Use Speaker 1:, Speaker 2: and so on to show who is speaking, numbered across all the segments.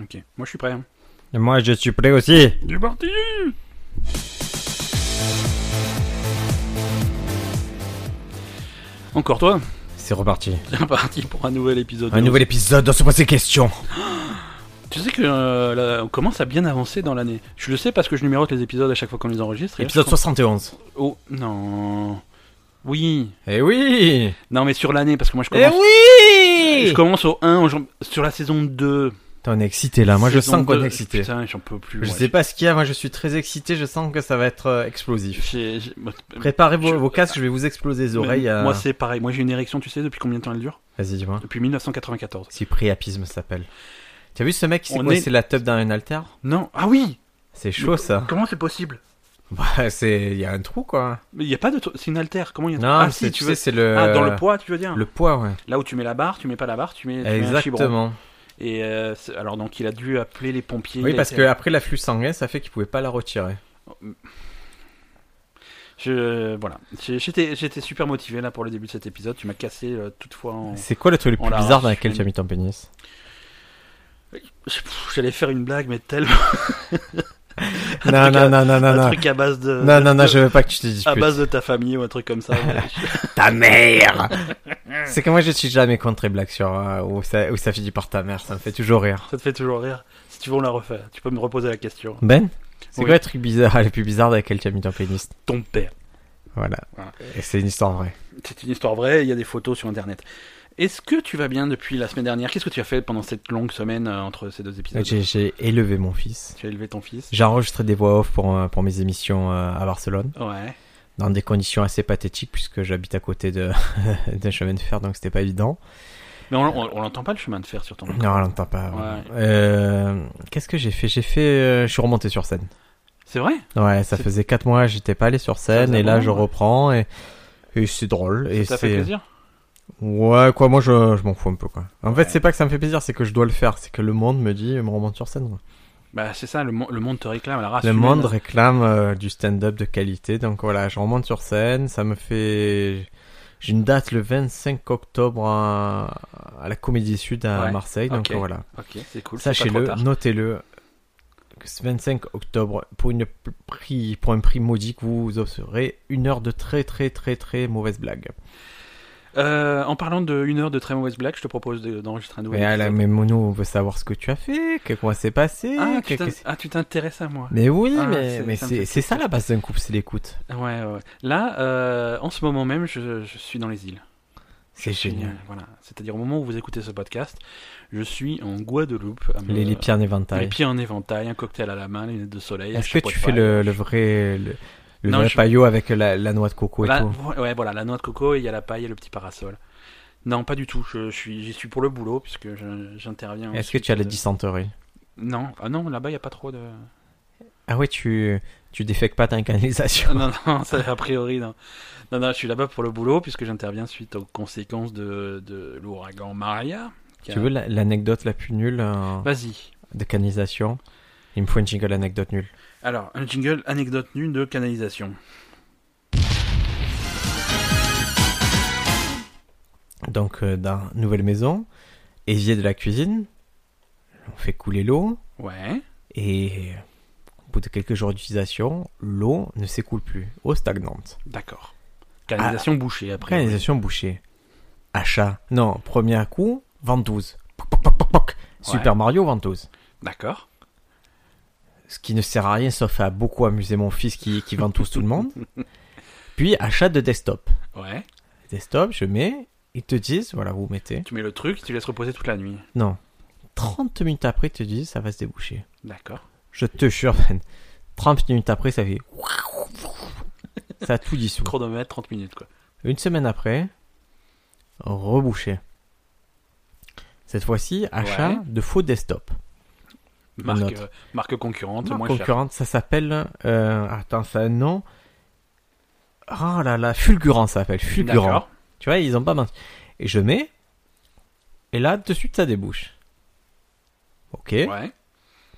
Speaker 1: Ok, moi je suis prêt. hein.
Speaker 2: Et moi, je suis prêt aussi.
Speaker 1: C'est parti Encore toi
Speaker 2: C'est reparti.
Speaker 1: C'est parti pour un nouvel épisode.
Speaker 2: Un
Speaker 1: de-
Speaker 2: nouvel épisode de Se poser questions.
Speaker 1: Tu sais que euh, là, on commence à bien avancer dans l'année. Je le sais parce que je numérote les épisodes à chaque fois qu'on les enregistre. et là,
Speaker 2: Épisode
Speaker 1: je
Speaker 2: 71.
Speaker 1: comprends- Oh non. Oui.
Speaker 2: Eh oui
Speaker 1: Non mais sur l'année parce que moi je
Speaker 2: Eh
Speaker 1: commence.
Speaker 2: oui
Speaker 1: Je commence au 1 en jan- sur la saison 2.
Speaker 2: Putain, On est excité là, Ah, moi je
Speaker 1: Saison
Speaker 2: sens qu'on
Speaker 1: 2.
Speaker 2: est excité.
Speaker 1: Putain, j'en peux plus.
Speaker 2: Je
Speaker 1: ouais.
Speaker 2: sais pas ce qu'il y a, moi je suis très excité, je sens que ça va être euh, explosif.
Speaker 1: J'ai- j'ai- moi,
Speaker 2: Préparez vos,
Speaker 1: Je-
Speaker 2: vos casques, je vais vous exploser les
Speaker 1: mais
Speaker 2: oreilles. euh,
Speaker 1: Moi c'est pareil. Moi j'ai une érection, tu sais depuis combien de temps elle dure
Speaker 2: Vas-y, dis-moi.
Speaker 1: Depuis 1994.
Speaker 2: C'est priapisme ça s'appelle. T'as vu ce mec, c'est
Speaker 1: On
Speaker 2: quoi
Speaker 1: est-
Speaker 2: C'est la teub dans un altère
Speaker 1: Non. Ah oui.
Speaker 2: C'est chaud ça.
Speaker 1: Comment c'est possible
Speaker 2: Bah, c'est. Il y a un trou quoi.
Speaker 1: Mais il y a pas de tr- c'est une altère. Comment il y a
Speaker 2: Non,
Speaker 1: Ah si,
Speaker 2: c'est- tu
Speaker 1: tu
Speaker 2: sais,
Speaker 1: veux
Speaker 2: c'est le.
Speaker 1: Ah, dans le poids, tu veux dire
Speaker 2: Le poids, ouais.
Speaker 1: Là où tu mets la barre, tu mets pas la barre, tu mets, tu mets un chibron.
Speaker 2: Exactement.
Speaker 1: Et euh, c'est- alors donc il a dû appeler les pompiers. euh,
Speaker 2: Oui,
Speaker 1: il a
Speaker 2: parce que
Speaker 1: été-
Speaker 2: après l'afflux sanguin, ça fait qu'il pouvait pas la retirer.
Speaker 1: je voilà, J'ai- j'étais j'étais super motivé là pour le début de cet épisode. Tu m'as cassé euh, toutefois. En...
Speaker 2: C'est quoi le truc le
Speaker 1: On
Speaker 2: plus
Speaker 1: Oh la
Speaker 2: bizarre dans
Speaker 1: arrache,
Speaker 2: lequel
Speaker 1: oui.
Speaker 2: tu as mis ton pénis
Speaker 1: Je- pff, J'allais faire une blague, mais tellement
Speaker 2: Non,
Speaker 1: truc
Speaker 2: non,
Speaker 1: à-
Speaker 2: non, non, non,
Speaker 1: un
Speaker 2: non.
Speaker 1: truc euh, Ah bah, à base de
Speaker 2: Non, non, non,
Speaker 1: de-
Speaker 2: je veux pas que tu te disputes.
Speaker 1: à base de ta famille ou un truc comme ça. ouais. Je-
Speaker 2: Ta mère C'est que moi, je suis jamais contre les blagues sur, euh, où, ça, où ça finit par ta mère, ça me fait toujours rire.
Speaker 1: ça te fait toujours rire. Si tu veux, on la refait. Tu peux me reposer la question.
Speaker 2: Ben C'est
Speaker 1: Oui.
Speaker 2: quoi le truc bizarre, le plus bizarre dans lequel tu as mis ton pénis
Speaker 1: Ton père.
Speaker 2: Voilà.
Speaker 1: Voilà.
Speaker 2: Et c'est une histoire vraie.
Speaker 1: C'est une histoire vraie. Il y a des photos sur internet. Est-ce que tu vas bien depuis la semaine dernière Qu'est-ce que tu as fait pendant cette longue semaine euh, entre ces deux épisodes
Speaker 2: J'ai- J'ai élevé mon fils.
Speaker 1: Tu as élevé ton fils.
Speaker 2: J'ai enregistré des voix off pour, euh, pour mes émissions euh, à Barcelone,
Speaker 1: Ouais.
Speaker 2: dans des conditions assez pathétiques, puisque j'habite à côté de- d'un chemin de fer, donc c'était pas évident.
Speaker 1: Mais on, on, on l'entend pas le chemin de fer sur ton.
Speaker 2: Non, on l'entend pas.
Speaker 1: Ouais.
Speaker 2: Euh, Qu'est-ce que j'ai fait J'ai fait. euh, je suis remonté sur scène.
Speaker 1: C'est vrai
Speaker 2: Ouais, ça
Speaker 1: C'est-
Speaker 2: faisait 4 mois, j'étais pas allé sur scène,
Speaker 1: faisait
Speaker 2: et
Speaker 1: un
Speaker 2: là
Speaker 1: moment,
Speaker 2: je
Speaker 1: ouais.
Speaker 2: reprends, et, et c'est drôle. et
Speaker 1: Ça fait
Speaker 2: c'est-
Speaker 1: plaisir.
Speaker 2: Ouais, quoi, moi je, je m'en fous un peu, quoi. En fait, c'est pas que ça me fait plaisir, c'est que je dois le faire, c'est que le monde me dit, me remonte sur scène. quoi.
Speaker 1: Bah c'est ça, le, mo- le monde te réclame la race.
Speaker 2: le
Speaker 1: humaine.
Speaker 2: monde réclame euh, du stand-up de qualité, donc voilà, je remonte sur scène, ça me fait. J'ai une date le 25 octobre à, à la Comédie Sud à
Speaker 1: Ouais,
Speaker 2: Marseille, donc
Speaker 1: ok.
Speaker 2: voilà.
Speaker 1: Ok, c'est cool. c'est pas trop
Speaker 2: Sachez-le,
Speaker 1: tard.
Speaker 2: notez-le. que ce 25 octobre, pour, une p- prix, pour un prix modique, vous offrirez une heure de très très très très mauvaise blague.
Speaker 1: Euh, en parlant de une heure de très mauvaise blague, je te propose de- d'enregistrer un nouvel.
Speaker 2: mais, à la-
Speaker 1: épisode.
Speaker 2: mais Mono, on veut savoir ce que tu as fait, que- comment c'est passé.
Speaker 1: Ah,
Speaker 2: que-
Speaker 1: tu t'in-
Speaker 2: que-
Speaker 1: ah, tu t'intéresses à moi.
Speaker 2: mais oui,
Speaker 1: Ah,
Speaker 2: mais,
Speaker 1: c'est-
Speaker 2: mais
Speaker 1: ça me
Speaker 2: c'est
Speaker 1: fait
Speaker 2: c'est ça la base d'un couple, c'est l'écoute.
Speaker 1: Ouais, ouais, ouais. Là, euh, en ce moment même, je, je suis dans les îles.
Speaker 2: C'est
Speaker 1: Je suis,
Speaker 2: génial.
Speaker 1: euh, Voilà. C'est-à-dire au moment où vous écoutez ce podcast, je suis en Guadeloupe. à me-
Speaker 2: Les, les pieds en
Speaker 1: les
Speaker 2: éventail.
Speaker 1: pieds en éventail, un cocktail à la main, les lunettes de soleil. un
Speaker 2: Est-ce que
Speaker 1: chapeau
Speaker 2: tu
Speaker 1: de
Speaker 2: fais
Speaker 1: paille.
Speaker 2: le, le vrai, le, le
Speaker 1: Non,
Speaker 2: vrai
Speaker 1: je-
Speaker 2: paillot avec la, la noix de coco et
Speaker 1: La-
Speaker 2: tout
Speaker 1: Bah, ouais, voilà, la noix de coco, et il y a la paille et le petit parasol. Non, pas du tout. Je, je suis, j'y suis pour le boulot puisque je- j'interviens.
Speaker 2: Est-ce que
Speaker 1: ensuite
Speaker 2: tu as la
Speaker 1: de-
Speaker 2: dysenterie
Speaker 1: Non, ah non, là-bas il y a pas trop de.
Speaker 2: Ah ouais, tu, tu défèques pas ta canalisation.
Speaker 1: non, non, ça, a priori non. Non, non, je suis là-bas pour le boulot puisque j'interviens suite aux conséquences de, de l'ouragan Maria. qui
Speaker 2: Tu
Speaker 1: a-
Speaker 2: veux la- l'anecdote la, plus nulle euh,
Speaker 1: Vas-y.
Speaker 2: de canalisation Il me faut une jingle anecdote nulle.
Speaker 1: Alors, un jingle anecdote nue de canalisation.
Speaker 2: Donc, euh, dans nouvelle maison, évier de la cuisine, on fait couler l'eau
Speaker 1: Ouais.
Speaker 2: et euh, au bout de quelques jours d'utilisation, l'eau ne s'écoule plus, eau stagnante.
Speaker 1: D'accord. Canalisation bouchée après.
Speaker 2: Ah. Canalisation bouchée. Achat. Non, premier coup, ventouse. Poc, poc, poc, poc, poc. Super Mario ventouse.
Speaker 1: D'accord.
Speaker 2: Ce qui ne sert à rien sauf à beaucoup amuser mon fils qui, qui ventouse tout le monde. Puis achat de desktop.
Speaker 1: Ouais.
Speaker 2: desktop, je mets, ils te disent, voilà, vous mettez.
Speaker 1: Tu mets le truc, tu laisses reposer toute la nuit.
Speaker 2: Non. 30 minutes après, ils te disent, ça va se déboucher.
Speaker 1: D'accord.
Speaker 2: Je te jure, Ben. 30 minutes après, ça fait. Ça a tout dissous.
Speaker 1: Chronomètre, 30 minutes quoi.
Speaker 2: Une semaine après, rebouché. Cette fois-ci, achat
Speaker 1: Ouais.
Speaker 2: de faux desktop.
Speaker 1: Marque,
Speaker 2: Note.
Speaker 1: euh, marque concurrente,
Speaker 2: Non,
Speaker 1: moins chère.
Speaker 2: concurrente, ça s'appelle. euh, attends, ça a un nom. Oh là là, fulgurant, ça s'appelle. Fulgurant.
Speaker 1: D'accord.
Speaker 2: Tu vois, ils ont pas menti. Et je mets. Et là, de suite, ça débouche. Ok.
Speaker 1: Ouais.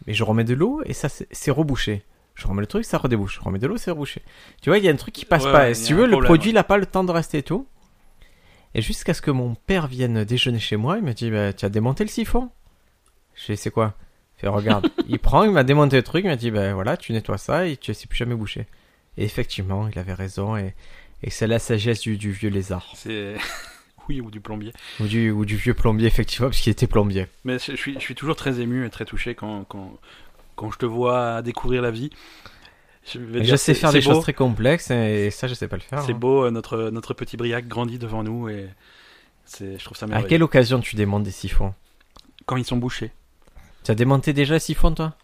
Speaker 2: Mais je remets de l'eau et ça, c'est c'est rebouché. Je remets le truc, ça redébouche. Je remets de l'eau, c'est rebouché. Tu vois, il y a un truc qui passe
Speaker 1: Ouais,
Speaker 2: pas.
Speaker 1: ouais,
Speaker 2: Et
Speaker 1: il y
Speaker 2: si
Speaker 1: a
Speaker 2: tu
Speaker 1: un
Speaker 2: veux, le
Speaker 1: problème,
Speaker 2: produit,
Speaker 1: ouais.
Speaker 2: il a pas le temps de rester et tout. Et jusqu'à ce que mon père vienne déjeuner chez moi, il me dit bah, Tu as démonté le siphon Je dis C'est quoi Fait, regarde, il prend, il m'a démonté le truc, il m'a dit, ben voilà, tu nettoies ça et tu ne sais plus jamais boucher. Et effectivement, il avait raison et, et c'est la sagesse du, du vieux lézard.
Speaker 1: C'est. Oui, ou du plombier.
Speaker 2: Ou du, ou du vieux plombier, effectivement, parce qu'il était plombier.
Speaker 1: Mais je je suis, je suis toujours très ému et très touché quand, quand, quand je te vois découvrir la vie. Je, vais
Speaker 2: Et
Speaker 1: dire,
Speaker 2: je sais
Speaker 1: c'est-
Speaker 2: faire
Speaker 1: c'est
Speaker 2: des
Speaker 1: beau,
Speaker 2: choses très complexes et, ça, je sais pas le faire.
Speaker 1: C'est
Speaker 2: hein.
Speaker 1: beau, euh, notre, notre petit Briac grandit devant nous et c'est, je trouve ça
Speaker 2: À
Speaker 1: merveilleux.
Speaker 2: quelle occasion tu démontes des siphons
Speaker 1: Quand ils sont bouchés.
Speaker 2: Tu as démonté déjà un siphon, toi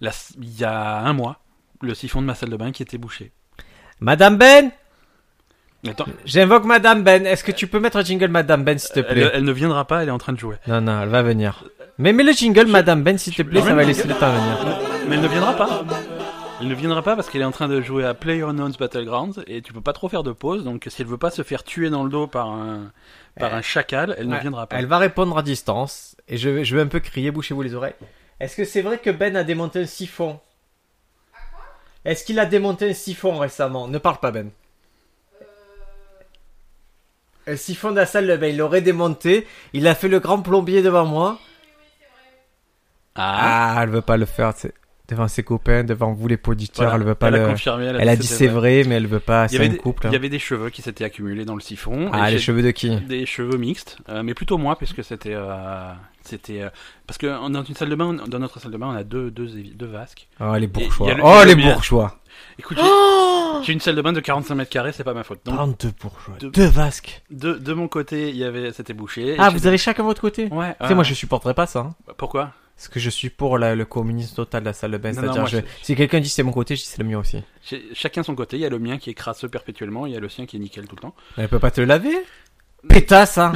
Speaker 1: La- Il y a un mois, le siphon de ma salle de bain qui était bouché.
Speaker 2: Madame Ben
Speaker 1: Attends,
Speaker 2: J'invoque Madame Ben. Est-ce que tu peux mettre un jingle Madame Ben, s'il te
Speaker 1: elle,
Speaker 2: plaît
Speaker 1: elle ne viendra pas, elle est en train de jouer.
Speaker 2: Non, non, elle va venir. Mais mets le jingle Madame Ben, s'il te plaît,
Speaker 1: je-
Speaker 2: ça va laisser le temps à venir.
Speaker 1: Mais elle ne viendra pas. Elle ne viendra pas parce qu'elle est en train de jouer à PlayerUnknown's Battlegrounds et tu peux pas trop faire de pause. Donc si elle veut pas se faire tuer dans le dos par un par un chacal, elle ne
Speaker 2: Eh. Ouais,
Speaker 1: viendra pas.
Speaker 2: Elle va répondre à distance et je vais, je vais un peu crier, bouchez-vous les oreilles. Est-ce que c'est vrai que Ben a démonté un siphon Est-ce qu'il a démonté un siphon récemment Ne parle pas Ben. Un siphon de la salle de bain, il l'aurait démonté, il a fait le grand plombier devant moi.
Speaker 1: Ah,
Speaker 2: Ah, elle veut pas le faire, tu sais. devant ses copains, devant vous les poditeurs,
Speaker 1: Voilà,
Speaker 2: elle veut pas
Speaker 1: elle a
Speaker 2: le...
Speaker 1: confirmé,
Speaker 2: Elle a dit c'est vrai, mais elle veut pas,
Speaker 1: Il y,
Speaker 2: c'est
Speaker 1: avait
Speaker 2: un
Speaker 1: des,
Speaker 2: couple. hein.
Speaker 1: il y avait des cheveux qui s'étaient accumulés dans le siphon.
Speaker 2: Ah,
Speaker 1: et
Speaker 2: les
Speaker 1: j'ai-
Speaker 2: cheveux de qui
Speaker 1: Des cheveux mixtes, euh, mais plutôt moi, parce que c'était. euh, c'était euh, parce que en- dans une salle de bain, on- dans notre salle de bain, on a deux, deux, évi- deux vasques.
Speaker 2: Oh, les
Speaker 1: il y
Speaker 2: bourgeois.
Speaker 1: a le- il y
Speaker 2: Oh,
Speaker 1: a le
Speaker 2: les
Speaker 1: mien.
Speaker 2: bourgeois.
Speaker 1: Écoute, j'ai- j'ai une salle de bain de 45 mètres carrés, c'est pas ma faute. Donc,
Speaker 2: 32 bourgeois.
Speaker 1: Deux-
Speaker 2: Deux vasques.
Speaker 1: de, de mon côté, il y avait, c'était bouché. et
Speaker 2: Ah,
Speaker 1: chez-
Speaker 2: vous avez chacun votre côté
Speaker 1: Ouais.
Speaker 2: Tu
Speaker 1: ouais. Bah,
Speaker 2: sais, moi, je supporterais pas ça. hein.
Speaker 1: Pourquoi
Speaker 2: Parce que je suis pour la- le communisme total de la salle de bain.
Speaker 1: Non, non,
Speaker 2: C'est-à-dire,
Speaker 1: moi,
Speaker 2: je-
Speaker 1: je-
Speaker 2: si quelqu'un dit c'est mon côté, je dis c'est le mien aussi.
Speaker 1: J'ai- Chacun son côté. Il y a le mien qui est crasseux perpétuellement, il y a le sien qui est nickel tout le temps.
Speaker 2: Elle peut pas te le laver Pétasse, hein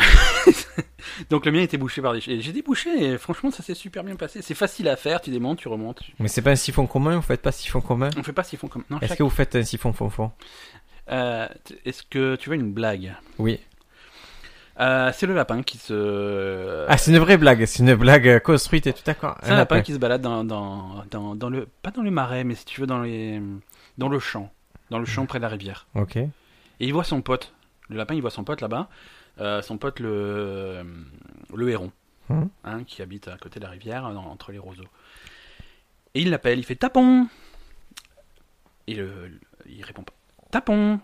Speaker 1: Donc le mien était bouché par des. ch- et J'ai des bouchés et franchement, ça s'est super bien passé. C'est facile à faire. Tu démontes, tu remontes.
Speaker 2: Mais c'est pas un siphon commun, vous faites pas siphon commun
Speaker 1: On fait pas siphon comme. Non.
Speaker 2: Est-ce
Speaker 1: chaque-
Speaker 2: que vous faites un siphon fond fond
Speaker 1: Euh, t- Est-ce que tu veux une blague
Speaker 2: Oui.
Speaker 1: Euh, c'est le lapin qui se.
Speaker 2: Ah, c'est une vraie blague, c'est une blague euh, construite et tout d'accord.
Speaker 1: c'est un lapin qui se balade dans, dans, dans, dans le. Pas dans le marais, mais si tu veux, dans, les, dans le champ. Dans le champ près de la rivière.
Speaker 2: Ok.
Speaker 1: Et il voit son pote. Le lapin, il voit son pote là-bas. Euh, son pote, le. euh, Le héron.
Speaker 2: Mhm.
Speaker 1: hein, qui habite à côté de la rivière, dans- entre les roseaux. Et il l'appelle, il fait tapon Et le, il répond pas. Tapon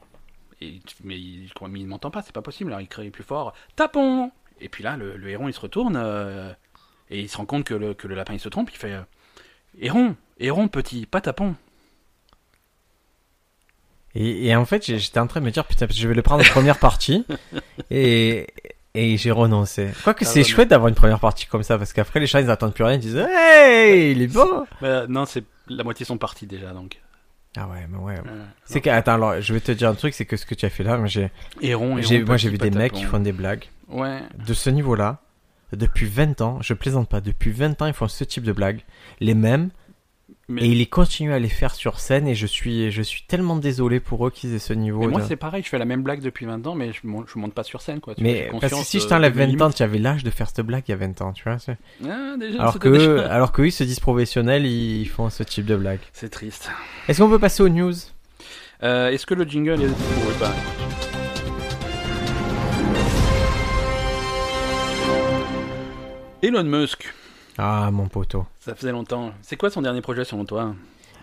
Speaker 1: Et- Mais il ne m'entend pas, c'est pas possible. Alors il crie plus fort Tapon Et puis là, le, le héron il se retourne euh, et il se rend compte que le, que le lapin il se trompe. Il fait euh, Héron, héron petit, pas tapon.
Speaker 2: Et, et en fait, j'ai- j'étais en train de me dire, putain, je vais le prendre en première partie. Et, et j'ai renoncé. Quoique
Speaker 1: Ah,
Speaker 2: c'est
Speaker 1: vraiment.
Speaker 2: chouette d'avoir une première partie comme ça, parce qu'après, les gens, ils attendent plus rien, ils disent, hey, il est bon.
Speaker 1: Bah, non, c'est la moitié sont partis déjà donc.
Speaker 2: Ah ouais, mais ouais. ouais.
Speaker 1: Euh,
Speaker 2: C'est que, attends, alors, je vais te dire un truc, c'est que ce que tu as fait là, mais j'ai,
Speaker 1: Héron, héron.
Speaker 2: j'ai- moi,
Speaker 1: petit,
Speaker 2: j'ai vu
Speaker 1: pas
Speaker 2: des mecs
Speaker 1: tapon.
Speaker 2: qui font des blagues
Speaker 1: Ouais.
Speaker 2: de ce niveau-là, depuis 20 ans, je plaisante pas, depuis 20 ans, ils font ce type de blagues, les mêmes,
Speaker 1: Mais-
Speaker 2: et ils continuent à les faire sur scène, et je suis, je suis tellement désolé pour eux qu'ils aient ce niveau
Speaker 1: Mais
Speaker 2: de-
Speaker 1: moi, c'est pareil, je fais la même blague depuis 20 ans, mais je, mon- je monte pas sur scène, quoi. Tu vois,
Speaker 2: Mais
Speaker 1: j'ai
Speaker 2: parce que
Speaker 1: conscience,
Speaker 2: si je
Speaker 1: euh,
Speaker 2: t'enlève
Speaker 1: de mes
Speaker 2: 20 ans, tu avais l'âge de faire cette blague il y a 20 ans, tu vois. c'est-
Speaker 1: limites. Ah, déjà,
Speaker 2: Alors
Speaker 1: c'était
Speaker 2: que, euh,
Speaker 1: déjà-
Speaker 2: alors que eux, ils se disent professionnels, ils font ce type de blague.
Speaker 1: C'est triste.
Speaker 2: Est-ce qu'on peut passer aux news
Speaker 1: Euh, Est-ce que le jingle est. Oui, bah, Elon Musk,
Speaker 2: Ah, mon poteau.
Speaker 1: ça faisait longtemps. C'est quoi son dernier projet selon toi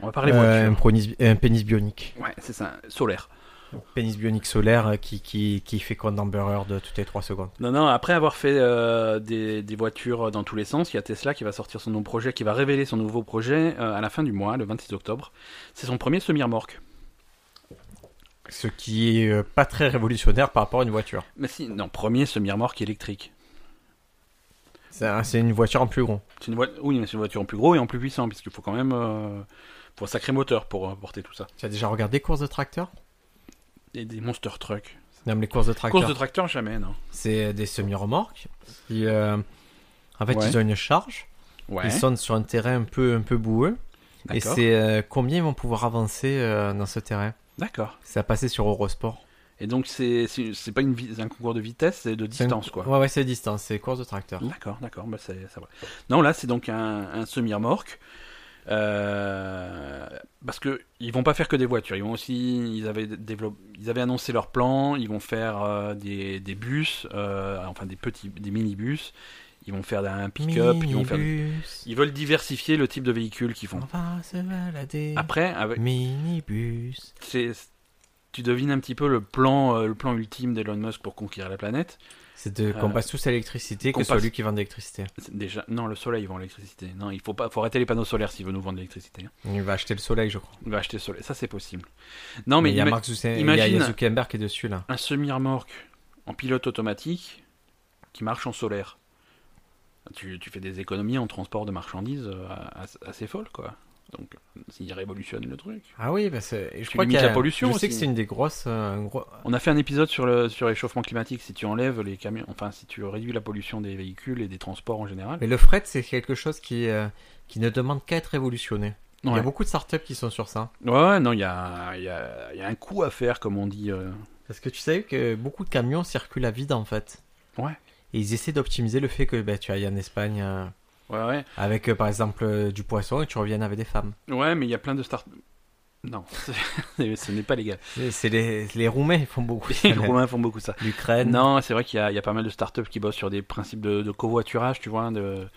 Speaker 1: On va parler
Speaker 2: Euh, un,
Speaker 1: voiture.
Speaker 2: pronis- un pénis bionique.
Speaker 1: Ouais, c'est ça, solaire.
Speaker 2: Pénis bionique solaire euh, qui, qui, qui fait qu'on d'empereur de toutes les 3 secondes.
Speaker 1: Non, non, après avoir fait euh, des, des voitures dans tous les sens, il y a Tesla qui va sortir son nouveau projet, qui va révéler son nouveau projet euh, à la fin du mois, le 26 octobre. C'est son premier semi-remorque.
Speaker 2: Ce qui est euh, pas très révolutionnaire par rapport à une voiture.
Speaker 1: Mais si, non, premier semi-remorque électrique.
Speaker 2: C'est un- c'est une voiture en plus gros.
Speaker 1: C'est une, voi- oui, mais c'est une voiture en plus gros et en plus puissant, puisqu'il faut quand même euh, faut un sacré moteur pour euh, porter tout ça.
Speaker 2: Tu as déjà regardé courses de tracteur
Speaker 1: Et des monster trucks.
Speaker 2: Non, mais les courses de
Speaker 1: Course
Speaker 2: tracteur,
Speaker 1: de tracteur, jamais, non.
Speaker 2: c'est des semi-remorques. qui, euh, en fait,
Speaker 1: Ouais.
Speaker 2: ils ont une charge.
Speaker 1: Ouais,
Speaker 2: Ils sont sur un terrain un peu, un peu boueux. Et
Speaker 1: d'accord.
Speaker 2: c'est euh, combien ils vont pouvoir avancer euh, dans ce terrain
Speaker 1: D'accord.
Speaker 2: Ça a passé sur Eurosport.
Speaker 1: Et donc, c'est c'est- c'est pas une vi- c'est un concours de vitesse, c'est de
Speaker 2: C'est une-
Speaker 1: distance, quoi.
Speaker 2: Ouais, ouais, c'est distance, c'est course de tracteur.
Speaker 1: D'accord, d'accord, bah c'est ça va. Non, là, c'est donc un, un semi-remorque. euh, parce que ils vont pas faire que des voitures. Ils vont aussi, ils avaient développé, ils avaient annoncé leur plan. Ils vont faire euh, des, des bus, euh, enfin des petits, des minibus. Ils vont faire un pick-up, ils vont faire. Ils veulent diversifier le type de véhicule qu'ils
Speaker 2: On
Speaker 1: font.
Speaker 2: va se balader.
Speaker 1: Après, avec,
Speaker 2: Minibus.
Speaker 1: c'est- tu devines un petit peu le plan, euh, le plan ultime d'Elon Musk pour conquérir la planète.
Speaker 2: C'est de
Speaker 1: Euh,
Speaker 2: qu'on passe tous à l'électricité,
Speaker 1: qu'on
Speaker 2: que ce soit
Speaker 1: passe-
Speaker 2: lui qui vend de l'électricité.
Speaker 1: C'est Déjà, non, le soleil vend l'électricité. Non, il faut pas, faut arrêter les panneaux solaires s'il veut nous vendre l'électricité. hein.
Speaker 2: Il va acheter le soleil, je crois.
Speaker 1: Il va acheter le soleil, ça c'est possible. Non,
Speaker 2: mais,
Speaker 1: mais,
Speaker 2: il y a
Speaker 1: ima-
Speaker 2: Mark Zuckerberg, il y
Speaker 1: imagine-
Speaker 2: a Zuckerberg qui est dessus là.
Speaker 1: un semi-remorque en pilote automatique qui marche en solaire. Tu, tu fais des économies en transport de marchandises euh, assez, assez folles, quoi. Donc, il révolutionne le truc.
Speaker 2: Ah oui, bah c'est. et
Speaker 1: Tu
Speaker 2: Je crois
Speaker 1: limites
Speaker 2: qu'il y a-
Speaker 1: la pollution
Speaker 2: Je sais
Speaker 1: aussi.
Speaker 2: que c'est une des grosses. euh, un gros-
Speaker 1: On a fait un épisode sur le sur l'échauffement climatique. Si tu enlèves les camions, enfin, si tu réduis la pollution des véhicules et des transports en général.
Speaker 2: Mais le fret, c'est quelque chose qui euh, qui ne demande qu'à être révolutionné. Il y
Speaker 1: Ouais.
Speaker 2: a beaucoup de startups qui sont sur ça.
Speaker 1: Ouais, ouais, non, il y a, il y, a, il y a un coup à faire, comme on dit. euh.
Speaker 2: Parce que tu sais que beaucoup de camions circulent à vide en fait.
Speaker 1: Ouais.
Speaker 2: Et ils essaient d'optimiser le fait que bah, tu ailles en Espagne euh,
Speaker 1: Ouais, ouais.
Speaker 2: avec euh, par exemple euh, du poisson et tu reviennes avec des femmes.
Speaker 1: Ouais, mais il y a plein de start. Non, c'est- ce n'est pas légal.
Speaker 2: C'est c'est les, les Roumains, ils font beaucoup ça.
Speaker 1: Les Roumains font beaucoup ça.
Speaker 2: L'Ukraine.
Speaker 1: Euh, Non, c'est vrai qu'il y, a- il y a pas mal de startups qui bossent sur des principes de, de covoiturage, tu vois, hein, de,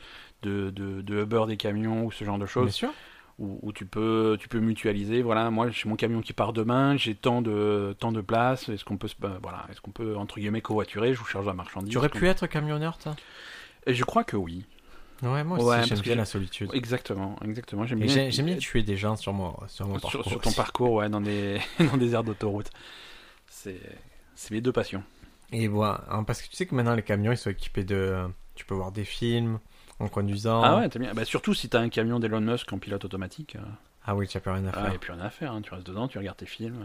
Speaker 1: de, de, de Uber des camions ou ce genre de
Speaker 2: Bien
Speaker 1: choses,
Speaker 2: sûr.
Speaker 1: où, où tu, peux, tu peux mutualiser. Voilà, moi, j'ai mon camion qui part demain, j'ai tant de, tant de places, est-ce qu'on peut, se- ben, voilà, est qu'on peut, entre guillemets, covoiturer, je vous charge la marchandise.
Speaker 2: Tu aurais
Speaker 1: est-ce
Speaker 2: pu être camionneur, toi
Speaker 1: qu'on- Et Je crois que oui.
Speaker 2: Ouais, moi aussi,
Speaker 1: Ouais, parce
Speaker 2: j'aime
Speaker 1: que
Speaker 2: bien
Speaker 1: j'ai-
Speaker 2: la solitude.
Speaker 1: Exactement, exactement. J'aime
Speaker 2: Et
Speaker 1: bien, euh,
Speaker 2: j'ai- J'aime bien tuer des gens sur mon, sur mon
Speaker 1: sur,
Speaker 2: parcours.
Speaker 1: sur ton
Speaker 2: aussi.
Speaker 1: parcours, ouais, dans des, dans des aires d'autoroute. C'est c'est mes deux passions.
Speaker 2: Et voilà, hein, parce que tu sais que maintenant les camions ils sont équipés de. euh, Tu peux voir des films en conduisant.
Speaker 1: Ah ouais, t'aimes bien. Bah, surtout si t'as un camion d'Elon Musk en pilote automatique. euh,
Speaker 2: Ah oui, tu n'as plus rien à
Speaker 1: Ah,
Speaker 2: faire.
Speaker 1: et puis rien à faire, hein. tu restes dedans, tu regardes tes films.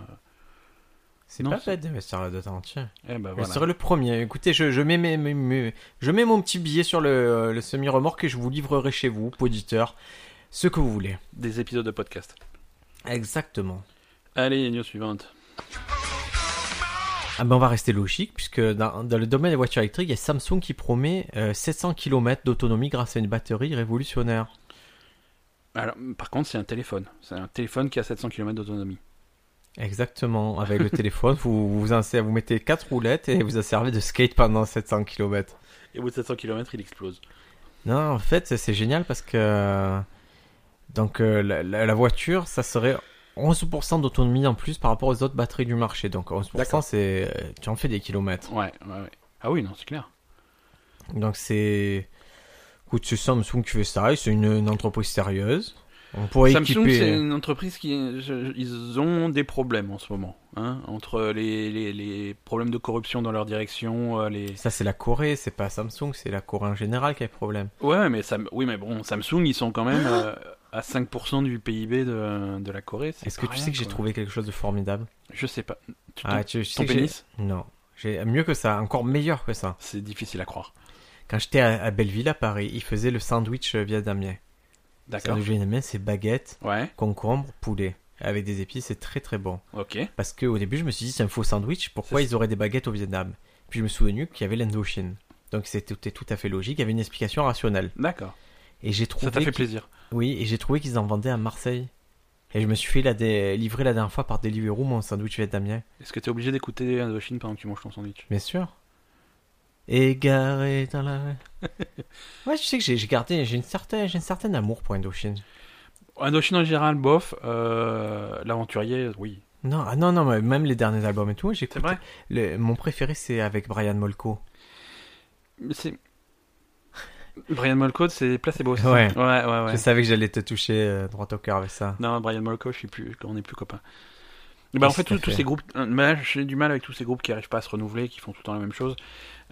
Speaker 2: c'est
Speaker 1: non,
Speaker 2: pas
Speaker 1: c'est-
Speaker 2: bête d'investir là-dedans, tiens.
Speaker 1: euh, Eh ben
Speaker 2: Je
Speaker 1: voilà.
Speaker 2: serai le premier. Écoutez, je, je mets, mes- mes- mes- je mets mon petit billet sur le, le semi-remorque et je vous livrerai chez vous, auditeur, ce que vous voulez.
Speaker 1: Des épisodes de podcast.
Speaker 2: Exactement.
Speaker 1: Allez, news suivante.
Speaker 2: Ah ben on va rester logique, puisque dans, dans le domaine des voitures électriques, il y a Samsung qui promet euh, 700 km d'autonomie grâce à une batterie révolutionnaire.
Speaker 1: Alors, par contre, c'est un téléphone. C'est un téléphone qui a 700 km d'autonomie.
Speaker 2: Exactement, avec le téléphone, vous, vous, en- vous mettez quatre roulettes et vous en servez de skate pendant 700 km.
Speaker 1: Et au bout de 700 km, il explose.
Speaker 2: Non, en fait, c'est- c'est génial parce que donc euh, la, la- la voiture, ça serait 11% d'autonomie en plus par rapport aux autres batteries du marché. Donc 11%,
Speaker 1: D'accord.
Speaker 2: c'est euh, tu en fais des kilomètres.
Speaker 1: Ouais, ouais, ouais. Ah oui, non, c'est clair.
Speaker 2: Donc c'est écoute, c'est Samsung qui fait ça. et C'est une, une entreprise sérieuse. On pourrait
Speaker 1: Samsung,
Speaker 2: équiper.
Speaker 1: c'est
Speaker 2: euh,
Speaker 1: une entreprise qui. je- je- ils ont des problèmes en ce moment. hein, entre les, les- les problèmes de corruption dans leur direction, euh, les.
Speaker 2: Ça, c'est la Corée, c'est pas Samsung, c'est la Corée en général qui a des problèmes.
Speaker 1: Ouais, mais Sam- oui, mais bon, Samsung, ils sont quand même euh, à 5% du PIB de, de la Corée. c'est
Speaker 2: Est-ce que
Speaker 1: pas
Speaker 2: tu
Speaker 1: rien,
Speaker 2: sais que j'ai
Speaker 1: quoi.
Speaker 2: trouvé quelque chose de formidable
Speaker 1: Je sais pas. Tu-
Speaker 2: Ah,
Speaker 1: ton-
Speaker 2: tu sais
Speaker 1: ton
Speaker 2: que j'ai-
Speaker 1: pénis
Speaker 2: Non. J'ai mieux que ça, encore meilleur que ça.
Speaker 1: C'est difficile à croire.
Speaker 2: Quand j'étais à, à Belleville, à Paris, ils faisaient le sandwich euh, vietnamien.
Speaker 1: D'accord.
Speaker 2: Sandwich vietnamien, c'est baguette,
Speaker 1: Ouais,
Speaker 2: concombre, poulet. Avec des épices, c'est très très bon.
Speaker 1: ok.
Speaker 2: Parce que au début, je me suis dit, c'est un faux sandwich, pourquoi
Speaker 1: C'est-
Speaker 2: ils auraient des baguettes au Vietnam Puis je me suis souvenu qu'il y avait l'Indochine. Donc c'était tout à fait logique, il y avait une explication rationnelle.
Speaker 1: D'accord.
Speaker 2: Et j'ai
Speaker 1: Ça
Speaker 2: trouvé.
Speaker 1: t'a fait
Speaker 2: qu'ils-
Speaker 1: plaisir.
Speaker 2: Oui, et j'ai trouvé qu'ils en vendaient à Marseille. Et je me suis fait la dé- livrer la dernière fois par Deliveroo mon sandwich vietnamien.
Speaker 1: Est-ce que t'es obligé d'écouter Indochine pendant que tu manges ton sandwich
Speaker 2: Bien sûr. Égaré dans la. ouais, je sais que j'ai j'ai gardé, j'ai une certaine, j'ai une certaine amour pour Indochine.
Speaker 1: Indochine en général, bof. Euh, L'aventurier, oui.
Speaker 2: Non, ah non, non, mais même les derniers albums et tout, j'écoute.
Speaker 1: C'est vrai
Speaker 2: Le- mon préféré, c'est avec Brian Molko.
Speaker 1: Mais C'est. Brian Molko, c'est placebo. c'est ça
Speaker 2: Ouais.
Speaker 1: ouais, ouais. ouais.
Speaker 2: Je savais que j'allais te toucher euh, droit au cœur avec ça.
Speaker 1: Non, Brian Molko, je suis plus... on n'est plus copains. Bah, en
Speaker 2: Qu'est-ce
Speaker 1: fait,
Speaker 2: que
Speaker 1: tous
Speaker 2: t'as
Speaker 1: tous
Speaker 2: fait
Speaker 1: ces groupes. euh, bah, J'ai du mal avec tous ces groupes qui n'arrivent pas à se renouveler, qui font tout le temps la même chose.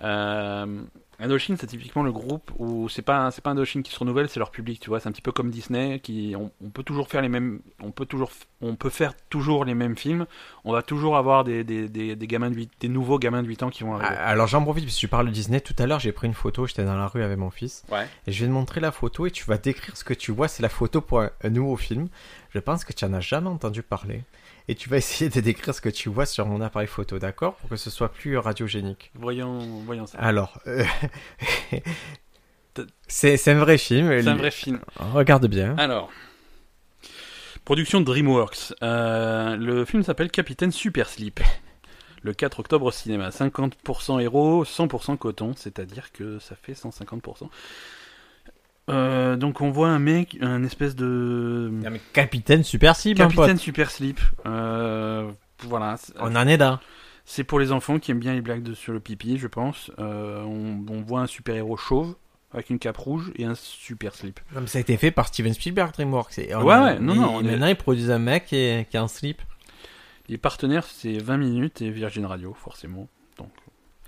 Speaker 1: Euh, Indochine, c'est typiquement le groupe où c'est pas c'est pas Indochine qui se renouvelle, c'est leur public. Tu vois, c'est un petit peu comme Disney, qui on, on peut toujours faire les mêmes, on peut toujours, f- on peut faire toujours les mêmes films. On va toujours avoir des, des, des, des gamins de huit- des nouveaux gamins de 8 ans qui vont
Speaker 2: Ah,
Speaker 1: arriver.
Speaker 2: Alors j'en profite parce que tu parles de Disney. Tout à l'heure, j'ai pris une photo. J'étais dans la rue avec mon fils.
Speaker 1: Ouais.
Speaker 2: Et je vais te montrer la photo et tu vas décrire ce que tu vois. C'est la photo pour un, un nouveau film. Je pense que tu en as jamais entendu parler. Et tu vas essayer de décrire ce que tu vois sur mon appareil photo, d'accord Pour que ce soit plus radiogénique.
Speaker 1: Voyons, voyons ça.
Speaker 2: Alors. euh, c'est c'est un vrai film.
Speaker 1: c'est un vrai Ah. film.
Speaker 2: Regarde bien.
Speaker 1: Alors, production DreamWorks. Euh, le film s'appelle Capitaine Super Sleep. Le 4 octobre au cinéma, 50% héros, 100% coton, c'est-à-dire que ça fait 150%. Euh, donc on voit un mec, un espèce de
Speaker 2: Non, mais capitaine super cible, hein,
Speaker 1: capitaine
Speaker 2: pote.
Speaker 1: super slip. Euh, voilà, c'est-
Speaker 2: On en est là.
Speaker 1: c'est pour les enfants qui aiment bien les blagues de- sur le pipi, je pense. Euh, on, on voit un super héros chauve avec une cape rouge et un super slip.
Speaker 2: Non, mais ça a été fait par Steven Spielberg, DreamWorks. Et on
Speaker 1: Ouais,
Speaker 2: a-
Speaker 1: ouais, non,
Speaker 2: et
Speaker 1: non, on est-
Speaker 2: Maintenant, ils produisent un mec qui est, qui est en slip.
Speaker 1: Les partenaires c'est 20 minutes et Virgin Radio forcément. Donc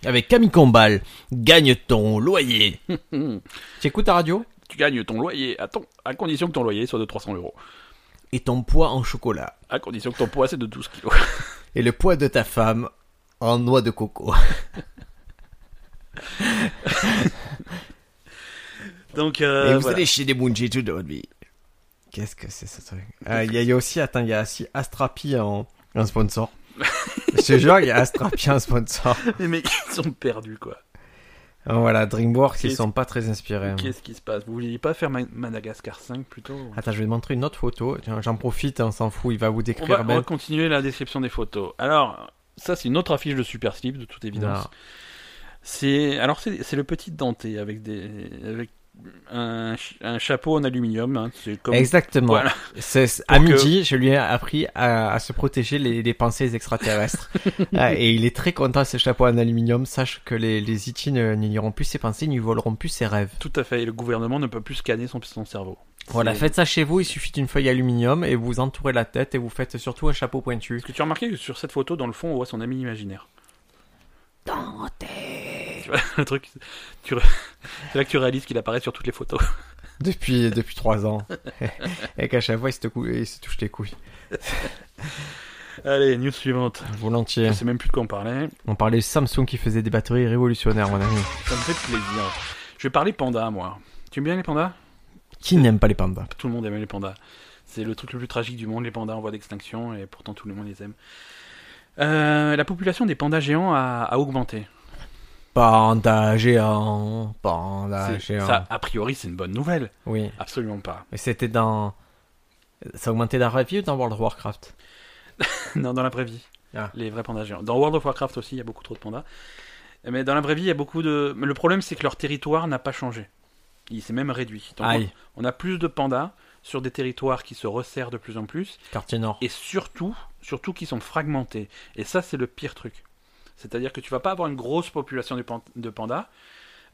Speaker 2: Avec Camille Combal, gagne ton loyer. tu écoutes ta radio
Speaker 1: Hmm. tu gagnes ton loyer à, ton- à condition que ton loyer soit de 300 euros.
Speaker 2: et ton poids en chocolat.
Speaker 1: À condition que ton poids c'est de 12 kilos.
Speaker 2: Et le poids de ta femme en noix de coco.
Speaker 1: Donc
Speaker 2: et
Speaker 1: euh,
Speaker 2: vous
Speaker 1: voilà.
Speaker 2: allez chez des Bungie toute votre vie. Qu'est-ce que c'est ce truc Euh, Il y, a- il y a aussi, attends, il y a aussi Astrapi en, en sponsor. Je te jure, il y a Astrapi en sponsor. Euh,
Speaker 1: les mecs ils sont perdus quoi.
Speaker 2: Voilà, DreamWorks, ils
Speaker 1: Qu'est-ce-
Speaker 2: sont pas très inspirés. hein.
Speaker 1: Qu'est-ce qui se passe Vous vouliez pas faire Ma- Madagascar 5 plutôt
Speaker 2: Attends, je vais te montrer une autre photo. Tiens, J'en profite, on s'en fout, il va vous
Speaker 1: on
Speaker 2: décrire
Speaker 1: va, on
Speaker 2: Ben.
Speaker 1: va continuer la description des photos. Alors, ça c'est une autre affiche de Super Slip de toute évidence.
Speaker 2: Non.
Speaker 1: C'est alors c'est c'est le petit denté avec des avec un, ch- un chapeau en aluminium. hein. C'est comme
Speaker 2: Exactement.
Speaker 1: Voilà.
Speaker 2: C'est- c'est- à
Speaker 1: Pour que-
Speaker 2: midi, je lui ai appris à, à se protéger les, les pensées extraterrestres. Ah, et il est très content, ce chapeau en aluminium. Sache que les, les E.T. ne- n'y auront plus ses pensées, n'y voleront plus ses rêves.
Speaker 1: Tout à fait. Et le gouvernement ne peut plus scanner son, son cerveau.
Speaker 2: Voilà,
Speaker 1: C'est-
Speaker 2: faites ça chez vous, il suffit d'une feuille aluminium et vous entourez la tête et vous faites surtout un chapeau pointu.
Speaker 1: Est-ce que tu as remarqué que sur cette photo, dans le fond, on voit son ami imaginaire Tu vois, le truc, tu re- c'est là que tu réalises qu'il apparaît sur toutes les photos.
Speaker 2: Depuis, depuis trois ans. et qu'à chaque fois, il se, te cou- il se touche les couilles.
Speaker 1: Allez, news suivante.
Speaker 2: Volontiers.
Speaker 1: Je sais même plus de quoi en parler.
Speaker 2: On parlait de Samsung qui faisait des batteries révolutionnaires, mon ami.
Speaker 1: Ça me fait plaisir. Je vais parler panda, moi. Tu aimes bien les pandas
Speaker 2: Qui n'aime pas les pandas
Speaker 1: Tout le monde aime les pandas. C'est le truc le plus tragique du monde, les pandas en voie d'extinction, et pourtant tout le monde les aime. Euh, la population des pandas géants a, a augmenté.
Speaker 2: Panda géant, panda
Speaker 1: C'est-
Speaker 2: Ah, géant.
Speaker 1: ça, a priori, c'est une bonne nouvelle.
Speaker 2: Oui,
Speaker 1: Absolument pas.
Speaker 2: mais c'était dans. Ça augmentait dans la vie ou dans World of Warcraft
Speaker 1: non, dans la vraie vie.
Speaker 2: Ah.
Speaker 1: Les vrais pandas géants. Dans World of Warcraft aussi, il y a beaucoup trop de pandas. Mais dans la vraie vie, il y a beaucoup de. Mais le problème, c'est que leur territoire n'a pas changé. Il s'est même réduit. Donc,
Speaker 2: Aïe,
Speaker 1: on a plus de pandas sur des territoires qui se resserrent de plus en plus.
Speaker 2: quartier nord.
Speaker 1: et surtout, surtout qui sont fragmentés. Et ça, c'est le pire truc. C'est-à-dire que tu vas pas avoir une grosse population de, pan- de pandas,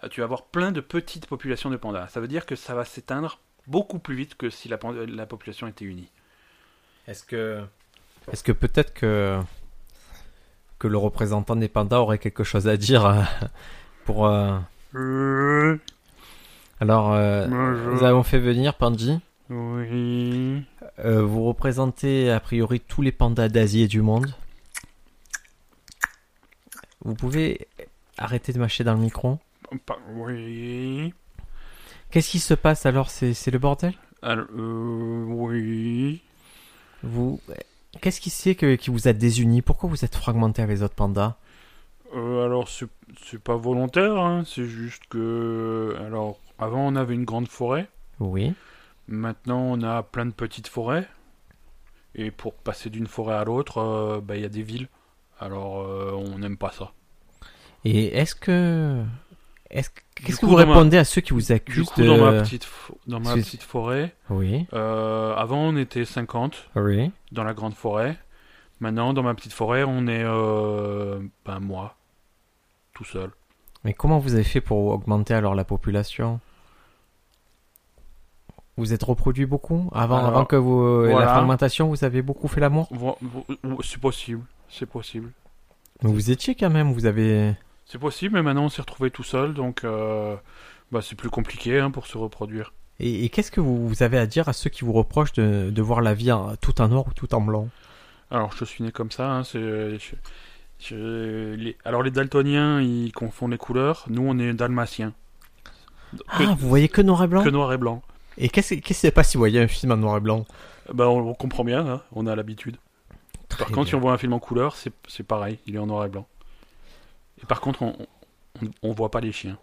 Speaker 1: euh, tu vas avoir plein de petites populations de pandas. Ça veut dire que ça va s'éteindre beaucoup plus vite que si la, pan- la population était unie.
Speaker 2: Est-ce que. Est-ce que peut-être que. Que le représentant des pandas aurait quelque chose à dire euh, pour. euh, Alors, euh,
Speaker 1: Bonjour.
Speaker 2: nous avons fait venir Panji.
Speaker 1: Oui.
Speaker 2: Euh, vous représentez a priori tous les pandas d'Asie et du monde. Vous pouvez arrêter de mâcher dans le micro.
Speaker 1: Pa- Oui.
Speaker 2: Qu'est-ce qui se passe alors C'est c'est le bordel
Speaker 1: Alors, euh, oui.
Speaker 2: Vous. Qu'est-ce qui c'est que- qui vous a désuni Pourquoi vous êtes fragmenté avec les autres pandas
Speaker 1: Euh, alors, c'est c'est pas volontaire, hein, c'est juste que. Alors, avant, on avait une grande forêt.
Speaker 2: Oui.
Speaker 1: Maintenant, on a plein de petites forêts. Et pour passer d'une forêt à l'autre, euh, bah, il y a des villes. Alors, euh, on n'aime pas ça.
Speaker 2: Et est-ce que. Est-ce que- Qu'est-ce que
Speaker 1: coup,
Speaker 2: vous
Speaker 1: dans ma-
Speaker 2: répondez à ceux qui vous accusent
Speaker 1: Du coup, euh,
Speaker 2: de...
Speaker 1: dans ma petite, fo- dans ma
Speaker 2: c'est-
Speaker 1: petite forêt,
Speaker 2: Oui.
Speaker 1: euh, avant, on était 50
Speaker 2: Oui.
Speaker 1: dans la grande forêt. Maintenant, dans ma petite forêt, on est. euh, ben, moi. Tout seul.
Speaker 2: Mais comment vous avez fait pour augmenter alors la population Vous êtes reproduit beaucoup avant,
Speaker 1: Alors,
Speaker 2: avant que vous euh, la
Speaker 1: voilà.
Speaker 2: fragmentation, vous avez beaucoup fait l'amour.
Speaker 1: Vo- vo- vo- C'est possible. C'est possible.
Speaker 2: Mais vous étiez quand même, vous avez.
Speaker 1: C'est possible, mais maintenant, on s'est retrouvé tout seul. Donc, euh, bah, c'est plus compliqué hein, pour se reproduire.
Speaker 2: Et, et qu'est-ce que vous, vous avez à dire à ceux qui vous reprochent de, de voir la vie en- tout en noir ou tout en blanc
Speaker 1: Alors, je suis né comme ça. hein, c'est, je- je- les- alors, les daltoniens, ils confondent les couleurs. Nous, on est dalmatiens. Que,
Speaker 2: Ah, vous voyez que noir et blanc
Speaker 1: que noir et blanc.
Speaker 2: Et qu'est-ce qu'est-ce qui se passe si vous voyez un film en noir et blanc
Speaker 1: Bah, on, on comprend bien, hein, on a l'habitude. Par
Speaker 2: Très
Speaker 1: contre, si
Speaker 2: bien.
Speaker 1: on voit un film en couleur, c'est c'est pareil, il est en noir et blanc. Et par contre, on, on, on voit pas les chiens.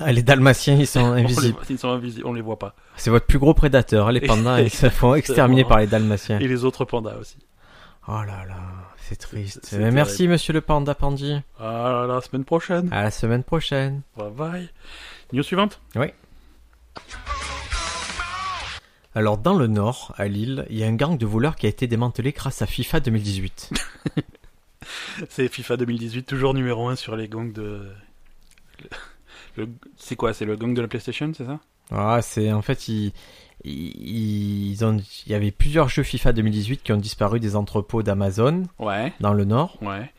Speaker 2: Ah, les Dalmatiens, ils sont
Speaker 1: On les
Speaker 2: invisibles.
Speaker 1: voit- ils sont invisibles, on les voit pas.
Speaker 2: hein, C'est votre plus gros prédateur, les pandas. ils se font exterminer par les Dalmatiens.
Speaker 1: Et les autres pandas aussi.
Speaker 2: Oh là là, c'est triste.
Speaker 1: c'est
Speaker 2: Mais
Speaker 1: terrible.
Speaker 2: merci, monsieur le panda Pandi.
Speaker 1: Ah là là, semaine prochaine.
Speaker 2: À la semaine prochaine.
Speaker 1: Bye bye. News suivante
Speaker 2: Alors, dans le nord, à Lille, il y a un gang de voleurs qui a été démantelé grâce à FIFA 2018.
Speaker 1: C'est FIFA 2018, toujours numéro 1 sur les gangs de. le- le- C'est quoi C'est le gang de la PlayStation, c'est ça
Speaker 2: ah, c'est en fait, ils, ils- ils ont, il y avait plusieurs jeux FIFA 2018 qui ont disparu des entrepôts d'Amazon
Speaker 1: Ouais.
Speaker 2: dans le nord.
Speaker 1: Ouais.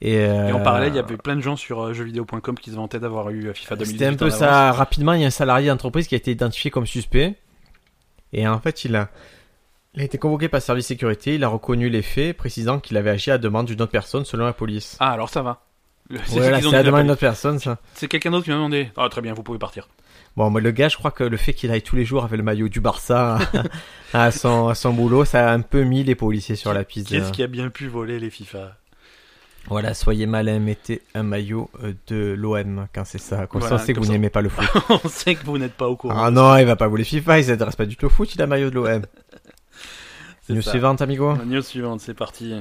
Speaker 2: Et,
Speaker 1: Et en
Speaker 2: euh,
Speaker 1: parallèle, il y avait plein de gens sur euh, jeuxvideo.com qui se vantaient d'avoir eu euh, FIFA 2018.
Speaker 2: C'était un
Speaker 1: en
Speaker 2: peu
Speaker 1: avance.
Speaker 2: ça. Rapidement, il y a un salarié d'entreprise qui a été identifié comme suspect. Et en fait, il a, il a été convoqué par le service sécurité. Il a reconnu les faits, précisant qu'il avait agi à la demande d'une autre personne selon la police.
Speaker 1: Ah, alors ça va. Le- c'est ce
Speaker 2: Voilà,
Speaker 1: qu'ils ont
Speaker 2: c'est à la
Speaker 1: dit, la
Speaker 2: demande d'une
Speaker 1: police.
Speaker 2: autre personne, ça.
Speaker 1: C'est quelqu'un d'autre qui m'a demandé. Ah, très bien, vous pouvez partir.
Speaker 2: Bon, mais le gars, je crois que le fait qu'il aille tous les jours avec le maillot du Barça à, à son, à son boulot, ça a un peu mis les policiers sur la piste.
Speaker 1: Qui est-ce qui a bien pu voler les FIFA
Speaker 2: Voilà, soyez malin, mettez un maillot euh, de l'OM quand c'est ça. Comme ça,
Speaker 1: Voilà,
Speaker 2: on sait que
Speaker 1: comme
Speaker 2: vous
Speaker 1: ça.
Speaker 2: n'aimez pas le foot.
Speaker 1: On sait que vous n'êtes pas au courant.
Speaker 2: ah non, il va pas voler FIFA, il s'intéresse pas du tout au foot, il a un maillot de l'OM.
Speaker 1: C'est
Speaker 2: News
Speaker 1: ça.
Speaker 2: suivante, amigo
Speaker 1: La News suivante, c'est parti.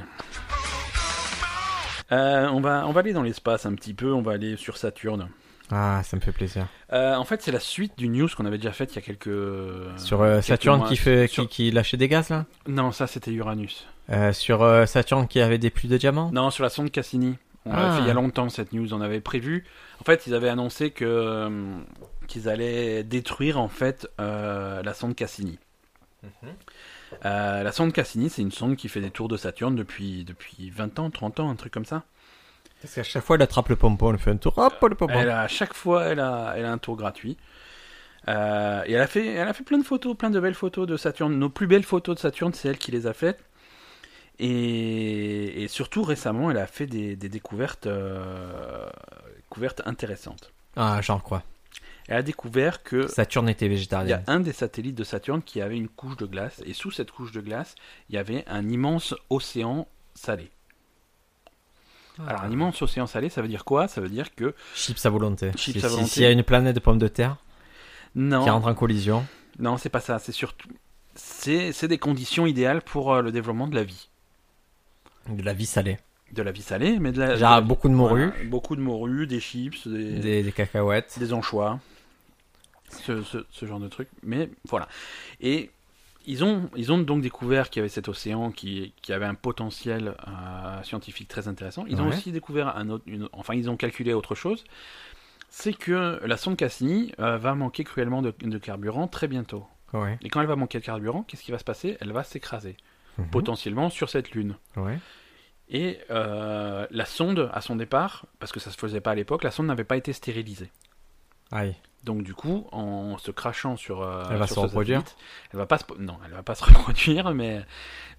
Speaker 1: Euh, on, va, on va aller dans l'espace un petit peu, on va aller sur Saturne.
Speaker 2: Ah, ça me fait plaisir.
Speaker 1: Euh, en fait, c'est la suite du news qu'on avait déjà faite il y a quelques.
Speaker 2: Sur euh,
Speaker 1: quelques
Speaker 2: Saturne
Speaker 1: mois.
Speaker 2: qui, fait,
Speaker 1: Sur-
Speaker 2: qui, qui lâchait des gaz, là
Speaker 1: Non, ça c'était Uranus.
Speaker 2: Euh, Sur euh, Saturne qui avait des pluies de diamants
Speaker 1: Non, sur la sonde Cassini. On
Speaker 2: Ah.
Speaker 1: l'a fait il y a longtemps cette news, on avait prévu. En fait, ils avaient annoncé que euh, qu'ils allaient détruire en fait euh, la sonde Cassini. Euh, la sonde Cassini, c'est une sonde qui fait des tours de Saturne depuis depuis 20 ans, 30 ans, un truc comme ça.
Speaker 2: Parce qu'à chaque fois, elle attrape le pompon, elle fait un tour, hop, le pompon.
Speaker 1: Elle a, à chaque fois, elle a, elle a un tour gratuit. Euh, et elle a, fait, elle a fait plein de photos, plein de belles photos de Saturne. Nos plus belles photos de Saturne, c'est elle qui les a faites. Et, et surtout, récemment, elle a fait des, des découvertes, euh, découvertes intéressantes.
Speaker 2: Ah, genre quoi
Speaker 1: Elle a découvert que
Speaker 2: Saturne était
Speaker 1: il y a
Speaker 2: végétarienne.
Speaker 1: un des satellites de Saturne qui avait une couche de glace. Et sous cette couche de glace, il y avait un immense océan salé. Alors,
Speaker 2: Ah.
Speaker 1: un immense océan salé, ça veut dire quoi Ça veut dire que.
Speaker 2: Chips à volonté.
Speaker 1: Chips
Speaker 2: Si-
Speaker 1: à
Speaker 2: si-
Speaker 1: volonté.
Speaker 2: S'il y a une planète de pommes de terre
Speaker 1: Non.
Speaker 2: qui rentre en collision,
Speaker 1: Non, c'est pas ça. C'est surtout. C'est c'est des conditions idéales pour euh, le développement de la vie.
Speaker 2: de la vie salée.
Speaker 1: De la vie salée, mais de la. de la-
Speaker 2: Genre beaucoup de morues,
Speaker 1: Euh, Voilà, beaucoup de morues, des chips, des, des...
Speaker 2: des, des cacahuètes.
Speaker 1: anchois. Ce, ce- ce genre de truc. Mais voilà. Et ils ont, ils ont donc découvert qu'il y avait cet océan qui, qui avait un potentiel euh, scientifique très intéressant. Ils ont
Speaker 2: Ouais.
Speaker 1: aussi découvert un autre. une- enfin, ils ont calculé autre chose. C'est que la sonde Cassini euh, va manquer cruellement de- de carburant très bientôt.
Speaker 2: Ouais.
Speaker 1: Et quand elle va manquer de carburant, qu'est-ce qui va se passer Elle va s'écraser,
Speaker 2: Mhm.
Speaker 1: potentiellement sur cette lune.
Speaker 2: Ouais.
Speaker 1: Et euh, la sonde, à son départ, parce que ça se faisait pas à l'époque, la sonde n'avait pas été stérilisée.
Speaker 2: Aïe.
Speaker 1: Donc du coup, en se crachant sur, euh,
Speaker 2: Elle va
Speaker 1: sur
Speaker 2: se
Speaker 1: ce
Speaker 2: reproduire
Speaker 1: satellite, elle va pas se, non, elle va pas se reproduire, mais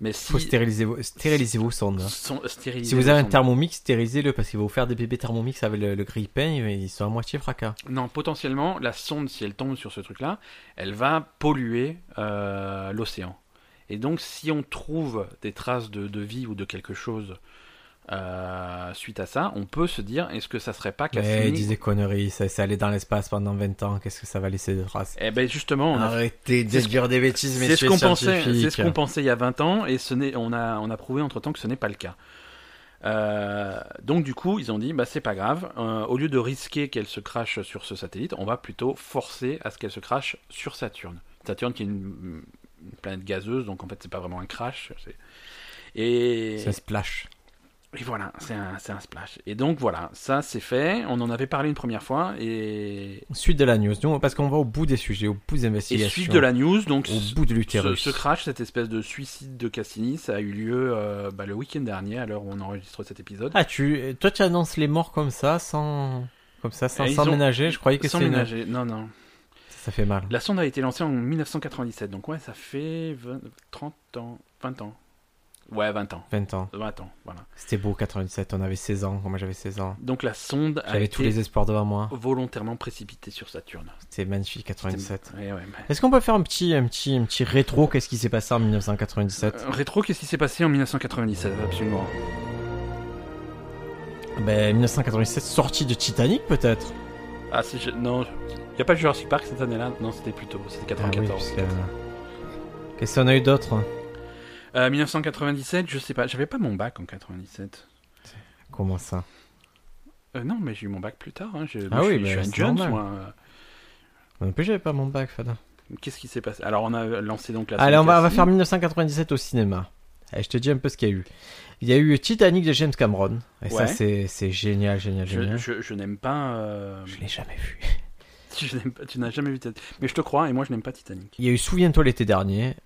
Speaker 1: mais si
Speaker 2: Faut stériliser vos, stériliser vos sondes.
Speaker 1: son- stériliser
Speaker 2: Si vous avez
Speaker 1: la
Speaker 2: un
Speaker 1: sonde.
Speaker 2: thermomix, stérilisez-le parce qu'il va vous faire des bébés thermomix avec le, le grille-pain, ils sont à moitié fracas.
Speaker 1: non, potentiellement, la sonde, si elle tombe sur ce truc-là, elle va polluer euh, l'océan. Et donc, si on trouve des traces de, de vie ou de quelque chose euh, suite à ça, on peut se dire est-ce que ça serait pas
Speaker 2: Mais ils
Speaker 1: Cassini
Speaker 2: disent des conneries, ça, ça allait dans l'espace pendant 20 ans, qu'est-ce que ça va laisser de traces
Speaker 1: Eh ben justement, on a-
Speaker 2: Arrêtez
Speaker 1: C'est ce-
Speaker 2: dire des bêtises,
Speaker 1: c'est ce qu'on pensait, c'est ce qu'on pensait il y a 20 ans, et ce n'est, on a, on a prouvé entre temps que ce n'est pas le cas. Euh, donc du coup, ils ont dit, bah c'est pas grave. euh, au lieu de risquer qu'elle se crache sur ce satellite, on va plutôt forcer à ce qu'elle se crache sur Saturne. Saturne qui est une, une planète gazeuse, donc en fait c'est pas vraiment un crash. c'est- Et,
Speaker 2: C'est un splash.
Speaker 1: et voilà, c'est un, c'est un splash. Et donc voilà, ça c'est fait. On en avait parlé une première fois et,
Speaker 2: Suite de la news, nous, parce qu'on va au bout des sujets, au bout des
Speaker 1: et
Speaker 2: investigations.
Speaker 1: suite de la news, donc
Speaker 2: Au bout de
Speaker 1: Ce,
Speaker 2: l'utérus.
Speaker 1: ce crash, cette espèce de suicide de Cassini, ça a eu lieu euh, bah, le week-end dernier, à l'heure où on enregistre cet épisode.
Speaker 2: Ah, tu, toi, tu annonces les morts comme ça, sans, comme ça, sans,
Speaker 1: Et ils
Speaker 2: sans
Speaker 1: ont-
Speaker 2: ménager. Je croyais que
Speaker 1: Sans
Speaker 2: c'est une-
Speaker 1: ménager, non, non.
Speaker 2: Ça fait mal.
Speaker 1: La sonde a été lancée en 1997, donc ouais, ça fait 20, 30 ans, 20 ans. Ouais, 20 ans.
Speaker 2: 20 ans.
Speaker 1: 20 ans, voilà.
Speaker 2: C'était beau, 97. On avait 16 ans. Moi, j'avais 16 ans.
Speaker 1: Donc la sonde a
Speaker 2: J'avais
Speaker 1: été
Speaker 2: tous les espoirs devant moi.
Speaker 1: volontairement précipitée sur Saturne.
Speaker 2: C'était magnifique, 97.
Speaker 1: Ouais, ouais, mais-
Speaker 2: Est-ce qu'on peut faire un petit, un petit, un petit rétro Qu'est-ce qui s'est passé en 1997
Speaker 1: Euh, rétro, qu'est-ce qui s'est passé en 1997 Absolument.
Speaker 2: Euh,
Speaker 1: Euh.
Speaker 2: Ben, 1997, sortie de Titanic, peut-être
Speaker 1: Ah, si je... non, il n'y a pas Jurassic Park cette année-là. Non, c'était plutôt, c'était
Speaker 2: Ah oui,
Speaker 1: 94.
Speaker 2: parce que- Qu'est-ce qu'on a eu d'autre
Speaker 1: Euh, 1997, je sais pas, j'avais pas mon bac en 97.
Speaker 2: Comment ça
Speaker 1: Euh, non, mais j'ai eu mon bac plus tard. hein, je-
Speaker 2: Ah
Speaker 1: moi, je
Speaker 2: oui,
Speaker 1: suis-
Speaker 2: mais
Speaker 1: je suis
Speaker 2: c'est
Speaker 1: un Jones,
Speaker 2: normal.
Speaker 1: moi.
Speaker 2: Non plus, j'avais pas mon bac, Fada.
Speaker 1: Qu'est-ce qui s'est passé Alors, on a lancé donc la.
Speaker 2: Allez, on va, on va
Speaker 1: Sonic
Speaker 2: faire 1997 au cinéma. Allez, je te dis un peu ce qu'il y a eu. Il y a eu Titanic de James Cameron. Et ça,
Speaker 1: Ouais.
Speaker 2: c'est c'est génial, génial,
Speaker 1: Je,
Speaker 2: génial. Je,
Speaker 1: je, je n'aime pas, euh,
Speaker 2: l'ai jamais vu.
Speaker 1: je n'aime pas- Tu n'as jamais vu Titanic. Mais je te crois, et moi je n'aime pas Titanic.
Speaker 2: Il y a eu Souviens-toi l'été dernier.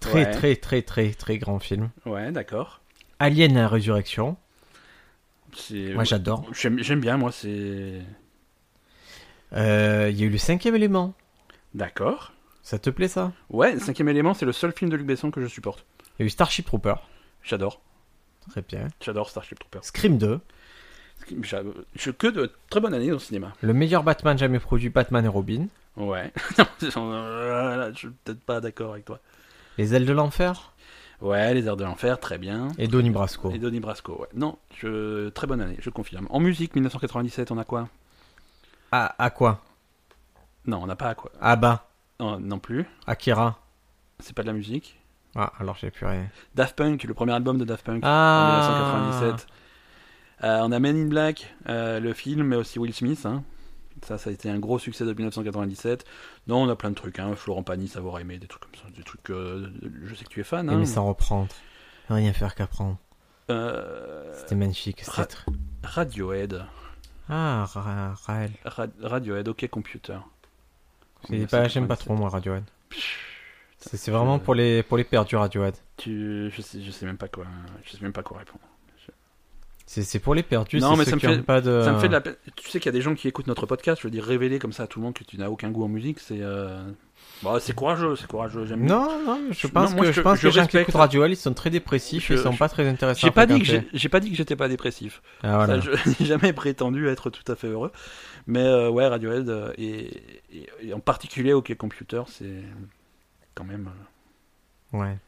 Speaker 2: Très,
Speaker 1: Ouais.
Speaker 2: très, très, très, très grand film.
Speaker 1: Ouais, d'accord.
Speaker 2: Alien la résurrection.
Speaker 1: C'est-
Speaker 2: Moi, j'adore.
Speaker 1: J'aime j'aime bien, moi, c'est.
Speaker 2: Euh, il y a eu le cinquième élément.
Speaker 1: D'accord.
Speaker 2: Ça te plaît, ça
Speaker 1: Ouais, cinquième élément, c'est le seul film de Luc Besson que je supporte.
Speaker 2: Il y a eu Starship Trooper.
Speaker 1: J'adore.
Speaker 2: Très bien.
Speaker 1: J'adore Starship Troopers.
Speaker 2: Scream 2.
Speaker 1: J'a- Je que de très bonnes années au cinéma.
Speaker 2: Le meilleur Batman jamais produit, Batman et Robin.
Speaker 1: Ouais. non, je suis peut-être pas d'accord avec toi.
Speaker 2: Les ailes de l'enfer.
Speaker 1: Ouais, Les Airs de l'Enfer, très bien.
Speaker 2: Et Donnie Brasco.
Speaker 1: Et Donnie Brasco, ouais. Non, je... très bonne année, je confirme. En musique, 1997, on a quoi
Speaker 2: Ah, à quoi
Speaker 1: Non, on n'a pas à quoi.
Speaker 2: Abba.
Speaker 1: Non, non plus,
Speaker 2: Akira.
Speaker 1: c'est pas de la musique.
Speaker 2: Ah, alors j'ai plus rien.
Speaker 1: Daft Punk, le premier album de Daft Punk en
Speaker 2: Ah
Speaker 1: 1997. Euh, on a Men in Black, euh, le film, mais aussi Will Smith. hein. Ça, ça a été un gros succès de 1997. Non, on a plein de trucs. Hein. Florent Pagny, savoir aimer, des trucs comme ça. Des trucs, euh, je sais que tu es fan.
Speaker 2: Et
Speaker 1: hein.
Speaker 2: mais sans reprendre. Ah. Rien faire qu'apprendre.
Speaker 1: Euh,
Speaker 2: C'était magnifique. ce
Speaker 1: Ra-
Speaker 2: titre.
Speaker 1: Radiohead.
Speaker 2: Ah, Ra- Raël.
Speaker 1: Ra- Radiohead, OK Computer.
Speaker 2: C'est pas- J'aime pas trop, moi, Radiohead. C'est c'est vraiment pour les, pour les perdus, Radiohead.
Speaker 1: Tu... Je, sais, je sais même pas quoi je sais même pas quoi répondre.
Speaker 2: C'est c'est pour les perdus.
Speaker 1: Non,
Speaker 2: c'est
Speaker 1: mais
Speaker 2: ceux
Speaker 1: ça me
Speaker 2: qui
Speaker 1: fait-
Speaker 2: ont pas de...
Speaker 1: Ça me fait de la peine. Tu sais qu'il y a des gens qui écoutent notre podcast, je veux dire révéler comme ça à tout le monde que tu n'as aucun goût en musique, c'est euh, bah, c'est courageux, c'est courageux, j'aime bien.
Speaker 2: Non, non, je
Speaker 1: Je-
Speaker 2: pense
Speaker 1: non, moi,
Speaker 2: que,
Speaker 1: je-
Speaker 2: je pense
Speaker 1: je
Speaker 2: que les gens qui
Speaker 1: respecte.
Speaker 2: écoutent Radiohead, ils sont très dépressifs,
Speaker 1: Je-
Speaker 2: ils sont
Speaker 1: je-
Speaker 2: pas très intéressants.
Speaker 1: J'ai
Speaker 2: à
Speaker 1: pas dit que j'ai
Speaker 2: fréquenter.
Speaker 1: j'ai pas dit que j'étais pas dépressif.
Speaker 2: Ah, voilà.
Speaker 1: Ça, je n'ai jamais prétendu être tout à fait heureux. Mais euh, ouais, Radiohead euh, et, et- et en particulier OK Computer, c'est quand même euh,
Speaker 2: Ouais.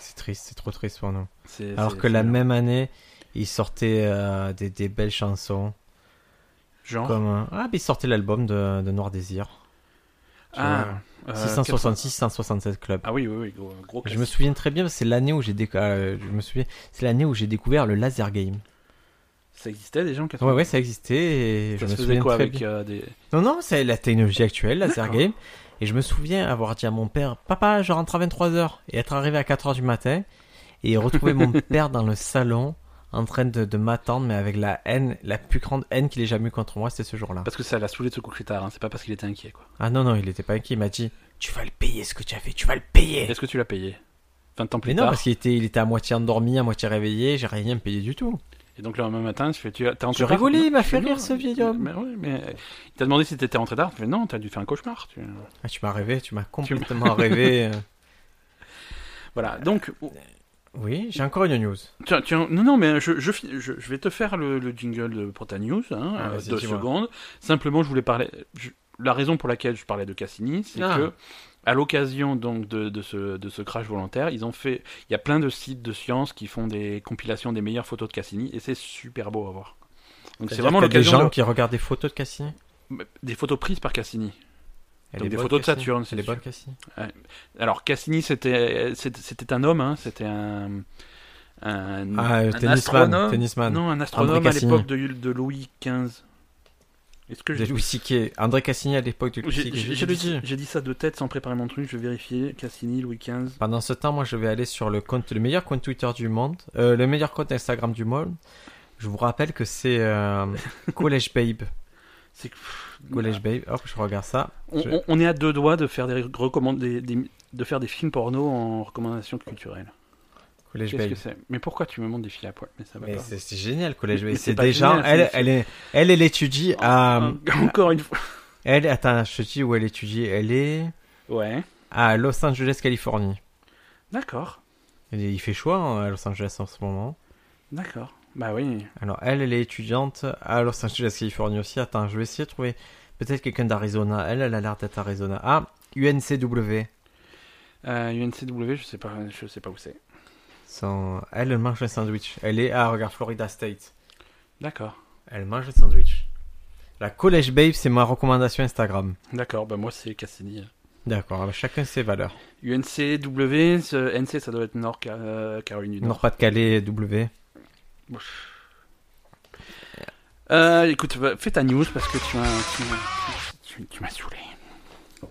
Speaker 2: C'est triste, c'est trop triste pour nous.
Speaker 1: c'est
Speaker 2: Alors
Speaker 1: c'est-
Speaker 2: que la
Speaker 1: c'est-
Speaker 2: même année, ils sortaient euh, des, des belles chansons.
Speaker 1: genre
Speaker 2: Comme, euh, ah, mais ils sortaient l'album de, de Noir Désir. tu
Speaker 1: ah, euh,
Speaker 2: 666, 167 Club.
Speaker 1: Ah oui oui oui gros, gros
Speaker 2: Je
Speaker 1: classique.
Speaker 2: me souviens très bien, c'est l'année où j'ai déc- euh, je me souviens, c'est l'année où j'ai découvert le laser game.
Speaker 1: ça existait des gens qui
Speaker 2: Ouais, ouais, ça existait et
Speaker 1: ça se
Speaker 2: je me
Speaker 1: faisait
Speaker 2: souviens
Speaker 1: quoi
Speaker 2: très
Speaker 1: avec
Speaker 2: bien.
Speaker 1: euh, des
Speaker 2: Non, non, c'est la technologie actuelle, laser
Speaker 1: D'accord.
Speaker 2: game. Et je me souviens avoir dit à mon père, papa, je rentre à 23h et être arrivé à 4h du matin et retrouver mon père dans le salon en train de, de m'attendre, mais avec la haine, la plus grande haine qu'il ait jamais eue contre moi, c'était ce jour-là.
Speaker 1: parce que ça l'a saoulé de ce coup de tard, hein, c'est pas parce qu'il était inquiet quoi.
Speaker 2: Ah non, non, il était pas inquiet, il m'a dit, tu vas le payer ce que tu as fait, tu vas le payer.
Speaker 1: Est-ce que tu l'as payé 20 ans plus
Speaker 2: Mais non,
Speaker 1: tard.
Speaker 2: parce qu'il était, il était à moitié endormi, à moitié réveillé, j'ai rien payé du tout.
Speaker 1: Et donc le lendemain matin, je fais tu as t'es rentré
Speaker 2: Je
Speaker 1: tard
Speaker 2: rigolais, il m'a
Speaker 1: Je
Speaker 2: fait
Speaker 1: fais,
Speaker 2: rire
Speaker 1: non,
Speaker 2: ce vieil
Speaker 1: mais-
Speaker 2: homme.
Speaker 1: Mais, ouais, mais il t'a demandé si t'étais rentré tard. Tu fais non, t'as dû faire un cauchemar. tu-
Speaker 2: Ah, tu m'as rêvé, tu m'as complètement rêvé. euh.
Speaker 1: Voilà. Donc oh,
Speaker 2: Oui, j'ai encore une news.
Speaker 1: tiens, tiens, non, non, mais je, je, fi- je, je vais te faire le, le jingle de- pour ta news. Hein,
Speaker 2: Ah,
Speaker 1: euh,
Speaker 2: vas-y,
Speaker 1: deux
Speaker 2: dis-moi.
Speaker 1: secondes. Simplement, je voulais parler. je- la raison pour laquelle je parlais de Cassini, c'est
Speaker 2: Ah.
Speaker 1: que à l'occasion donc de, de ce, de ce crash volontaire, ils ont fait. Il y a plein de sites de sciences qui font des compilations des meilleures photos de Cassini et c'est super beau à voir. Donc c'est
Speaker 2: C'est-à-dire
Speaker 1: vraiment
Speaker 2: qu'il y a des
Speaker 1: l'occasion.
Speaker 2: gens
Speaker 1: de-
Speaker 2: qui regardent des photos de Cassini.
Speaker 1: Des photos prises par Cassini.
Speaker 2: Elle
Speaker 1: Donc
Speaker 2: est
Speaker 1: des
Speaker 2: bonne,
Speaker 1: photos de
Speaker 2: Cassini.
Speaker 1: Saturne, c'est
Speaker 2: Elle est
Speaker 1: sûr.
Speaker 2: bonne Cassini.
Speaker 1: Alors Cassini, c'était c'était c'était un homme, hein, c'était un un,
Speaker 2: Ah, euh,
Speaker 1: un
Speaker 2: tennisman,
Speaker 1: astronome.
Speaker 2: tennisman.
Speaker 1: Non, un astronome
Speaker 2: André
Speaker 1: à
Speaker 2: Cassini.
Speaker 1: l'époque de, de Louis XV. Est-ce que
Speaker 2: De
Speaker 1: j'ai
Speaker 2: Louis Siquet. André Cassini à l'époque de Louis
Speaker 1: j'ai-
Speaker 2: Siquet.
Speaker 1: j'ai-
Speaker 2: J'ai
Speaker 1: j'ai
Speaker 2: dit.
Speaker 1: dit- j'ai dit ça de tête sans préparer mon truc, je vais vérifier Cassini Louis XV.
Speaker 2: Pendant ce temps, moi, je vais aller sur le compte, le meilleur compte Twitter du monde, euh, le meilleur compte Instagram du monde. Je vous rappelle que c'est euh, Collège Babe.
Speaker 1: C'est que- pff,
Speaker 2: Collège Babe. Hop, je regarde ça.
Speaker 1: on,
Speaker 2: je-
Speaker 1: on- on est à deux doigts de faire des recommandes des- des- de faire des films porno en recommandation culturelle.
Speaker 2: Collège
Speaker 1: Qu'est-ce
Speaker 2: Babe.
Speaker 1: que c'est Mais pourquoi tu me montres des filles à poil Mais ça va
Speaker 2: Mais
Speaker 1: pas.
Speaker 2: c'est c'est génial, Collège
Speaker 1: Mais-
Speaker 2: Babe.
Speaker 1: mais c'est
Speaker 2: C'est
Speaker 1: pas
Speaker 2: des gens.
Speaker 1: génial,
Speaker 2: Elle,
Speaker 1: c'est- Ah,
Speaker 2: elle est, elle, elle étudie à.
Speaker 1: Encore une fois.
Speaker 2: Elle, attends, je te dis où elle étudie. Elle est
Speaker 1: Ouais.
Speaker 2: à Los Angeles, Californie.
Speaker 1: D'accord.
Speaker 2: Il- Il fait chaud hein, à Los Angeles en ce moment.
Speaker 1: D'accord. Bah oui.
Speaker 2: Alors, elle, elle est étudiante à Los Angeles, Californie aussi. Attends, je vais essayer de trouver peut-être quelqu'un d'Arizona. Elle, elle a l'air d'être Arizona. Ah, UNCW.
Speaker 1: Euh, UNCW, je sais pas, je sais pas où c'est.
Speaker 2: Son- Elle, elle mange un sandwich. Elle est à, regarde, Florida State.
Speaker 1: D'accord.
Speaker 2: Elle mange un sandwich. La College Babe, c'est ma recommandation Instagram.
Speaker 1: D'accord, bah moi c'est Cassini.
Speaker 2: D'accord, alors chacun ses valeurs.
Speaker 1: UNCW, ce- NC ça doit être Nord Ca- euh, Caroline du Nord.
Speaker 2: Nord-Pas-de-Calais, W.
Speaker 1: Euh, écoute, va- fais ta news parce que tu m'as, tu m'as- tu- tu m'as saoulé.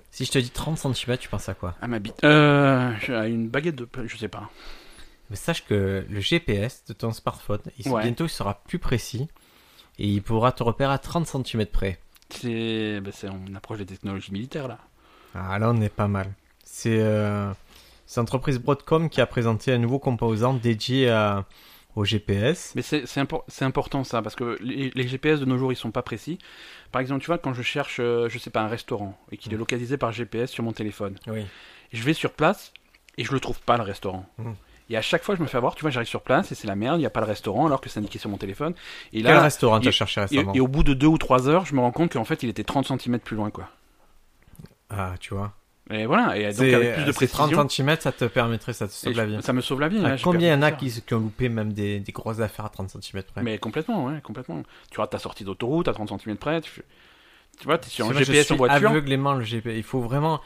Speaker 2: Si je te dis 30 cm, tu penses à quoi
Speaker 1: À ma bite. Euh, j'ai une baguette de, pain, je sais pas.
Speaker 2: Mais sache que le GPS de ton smartphone, il,
Speaker 1: Ouais.
Speaker 2: bientôt il sera plus précis et il pourra te repérer à 30 cm près.
Speaker 1: C'est, bah, c'est- on approche des technologies militaires là.
Speaker 2: Ah là, on est pas mal. C'est euh, c'est l'entreprise Broadcom qui a présenté un nouveau composant dédié à- au GPS.
Speaker 1: Mais c'est c'est impor- c'est important ça, parce que les, les GPS de nos jours, ils sont pas précis. Par exemple, tu vois, quand je cherche, euh, je sais pas, un restaurant, et qu'il est localisé par GPS sur mon téléphone,
Speaker 2: Oui.
Speaker 1: je vais sur place, et je le trouve pas, le restaurant.
Speaker 2: Mm.
Speaker 1: Et à chaque fois, je me fais avoir, tu vois, j'arrive sur place, et c'est la merde, il n'y a pas le restaurant, alors que c'est indiqué sur mon téléphone. Et
Speaker 2: Quel
Speaker 1: là,
Speaker 2: restaurant
Speaker 1: il-
Speaker 2: t'as cherché
Speaker 1: et,
Speaker 2: récemment
Speaker 1: et au bout de deux ou trois heures, je me rends compte qu'en fait, il était 30 cm plus loin, quoi.
Speaker 2: Ah, tu vois.
Speaker 1: Et voilà, et donc
Speaker 2: C'est- euh,
Speaker 1: avec plus de
Speaker 2: c'est
Speaker 1: précision,
Speaker 2: 30 cm, ça te permettrait, ça te
Speaker 1: et
Speaker 2: sauve la
Speaker 1: je-
Speaker 2: vie.
Speaker 1: ça me sauve la vie.
Speaker 2: Ah,
Speaker 1: là, j'ai
Speaker 2: combien il y en a
Speaker 1: perdu
Speaker 2: qui, qui ont loupé même des, des grosses affaires à 30 cm près
Speaker 1: Mais complètement, ouais, complètement. Tu rates ta sortie d'autoroute à 30 cm près, tu, fais- tu vois, t'es sur un
Speaker 2: Parce que moi, je
Speaker 1: GPS
Speaker 2: suis
Speaker 1: en voiture.
Speaker 2: Aveuglément le GPS. Il faut vraiment.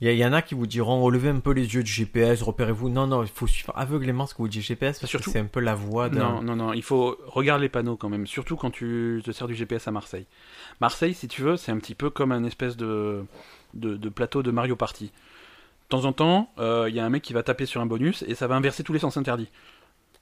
Speaker 2: Il y, a- il y en a qui vous diront relevez un peu les yeux du GPS, repérez-vous. Non, non, il faut suivre aveuglément ce que vous dit le GPS parce
Speaker 1: Surtout-
Speaker 2: que c'est un peu la voie d'un.
Speaker 1: Non, non, non, il faut regarder les panneaux quand même, surtout quand tu te sers du GPS à Marseille. Marseille, si tu veux, c'est un petit peu comme un espèce de, de, de plateau de Mario Party. De temps en temps, euh, il y a un mec qui va taper sur un bonus et ça va inverser tous les sens interdits.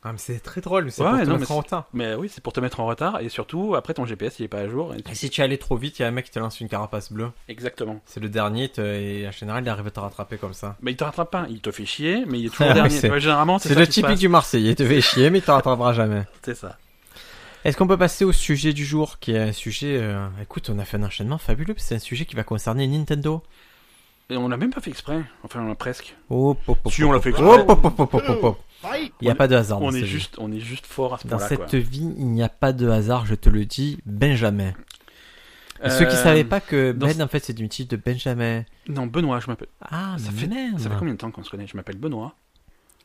Speaker 2: Ah, mais c'est très drôle, mais c'est
Speaker 1: Ouais,
Speaker 2: pour te
Speaker 1: non,
Speaker 2: mettre
Speaker 1: mais
Speaker 2: en retard.
Speaker 1: Mais oui, c'est pour te mettre en retard et surtout, après ton GPS il est pas à jour. et tu-
Speaker 2: Et si tu es allé trop vite, il y a un mec qui te lance une carapace bleue.
Speaker 1: Exactement.
Speaker 2: C'est le dernier, te- et en général, il arrive à te rattraper comme ça.
Speaker 1: Mais il te rattrape pas, il te fait chier, mais il est toujours
Speaker 2: Ah,
Speaker 1: dernier.
Speaker 2: c'est-
Speaker 1: Tu vois, généralement, c'est
Speaker 2: C'est
Speaker 1: ça
Speaker 2: le
Speaker 1: qui se
Speaker 2: typique du Marseillais, il te fait chier, mais il te rattrapera jamais.
Speaker 1: passe. C'est ça.
Speaker 2: Est-ce qu'on peut passer au sujet du jour, qui est un sujet. euh, Écoute, on a fait un enchaînement fabuleux, parce que c'est un sujet qui va concerner Nintendo.
Speaker 1: Et on l'a même pas fait exprès. Enfin, on l'a presque.
Speaker 2: Oh, pop, pop,
Speaker 1: Si, on
Speaker 2: pop,
Speaker 1: l'a fait
Speaker 2: pop,
Speaker 1: exprès.
Speaker 2: pop, pop, pop, pop, pop, pop. Il n'y a
Speaker 1: On-
Speaker 2: pas de hasard dans
Speaker 1: on,
Speaker 2: cette
Speaker 1: est
Speaker 2: vie.
Speaker 1: juste, on est juste fort à ce
Speaker 2: Dans
Speaker 1: point-là.
Speaker 2: cette
Speaker 1: quoi.
Speaker 2: vie, il n'y a pas de hasard, je te le dis, Benjamin. Et Ceux qui
Speaker 1: Euh,
Speaker 2: savaient pas que
Speaker 1: dans
Speaker 2: Ben, en fait, c'est du titre de Benjamin.
Speaker 1: Non, Benoît, je m'appelle.
Speaker 2: Ah,
Speaker 1: Ça
Speaker 2: merde.
Speaker 1: Ça fait combien de temps qu'on se connaît Je m'appelle Benoît.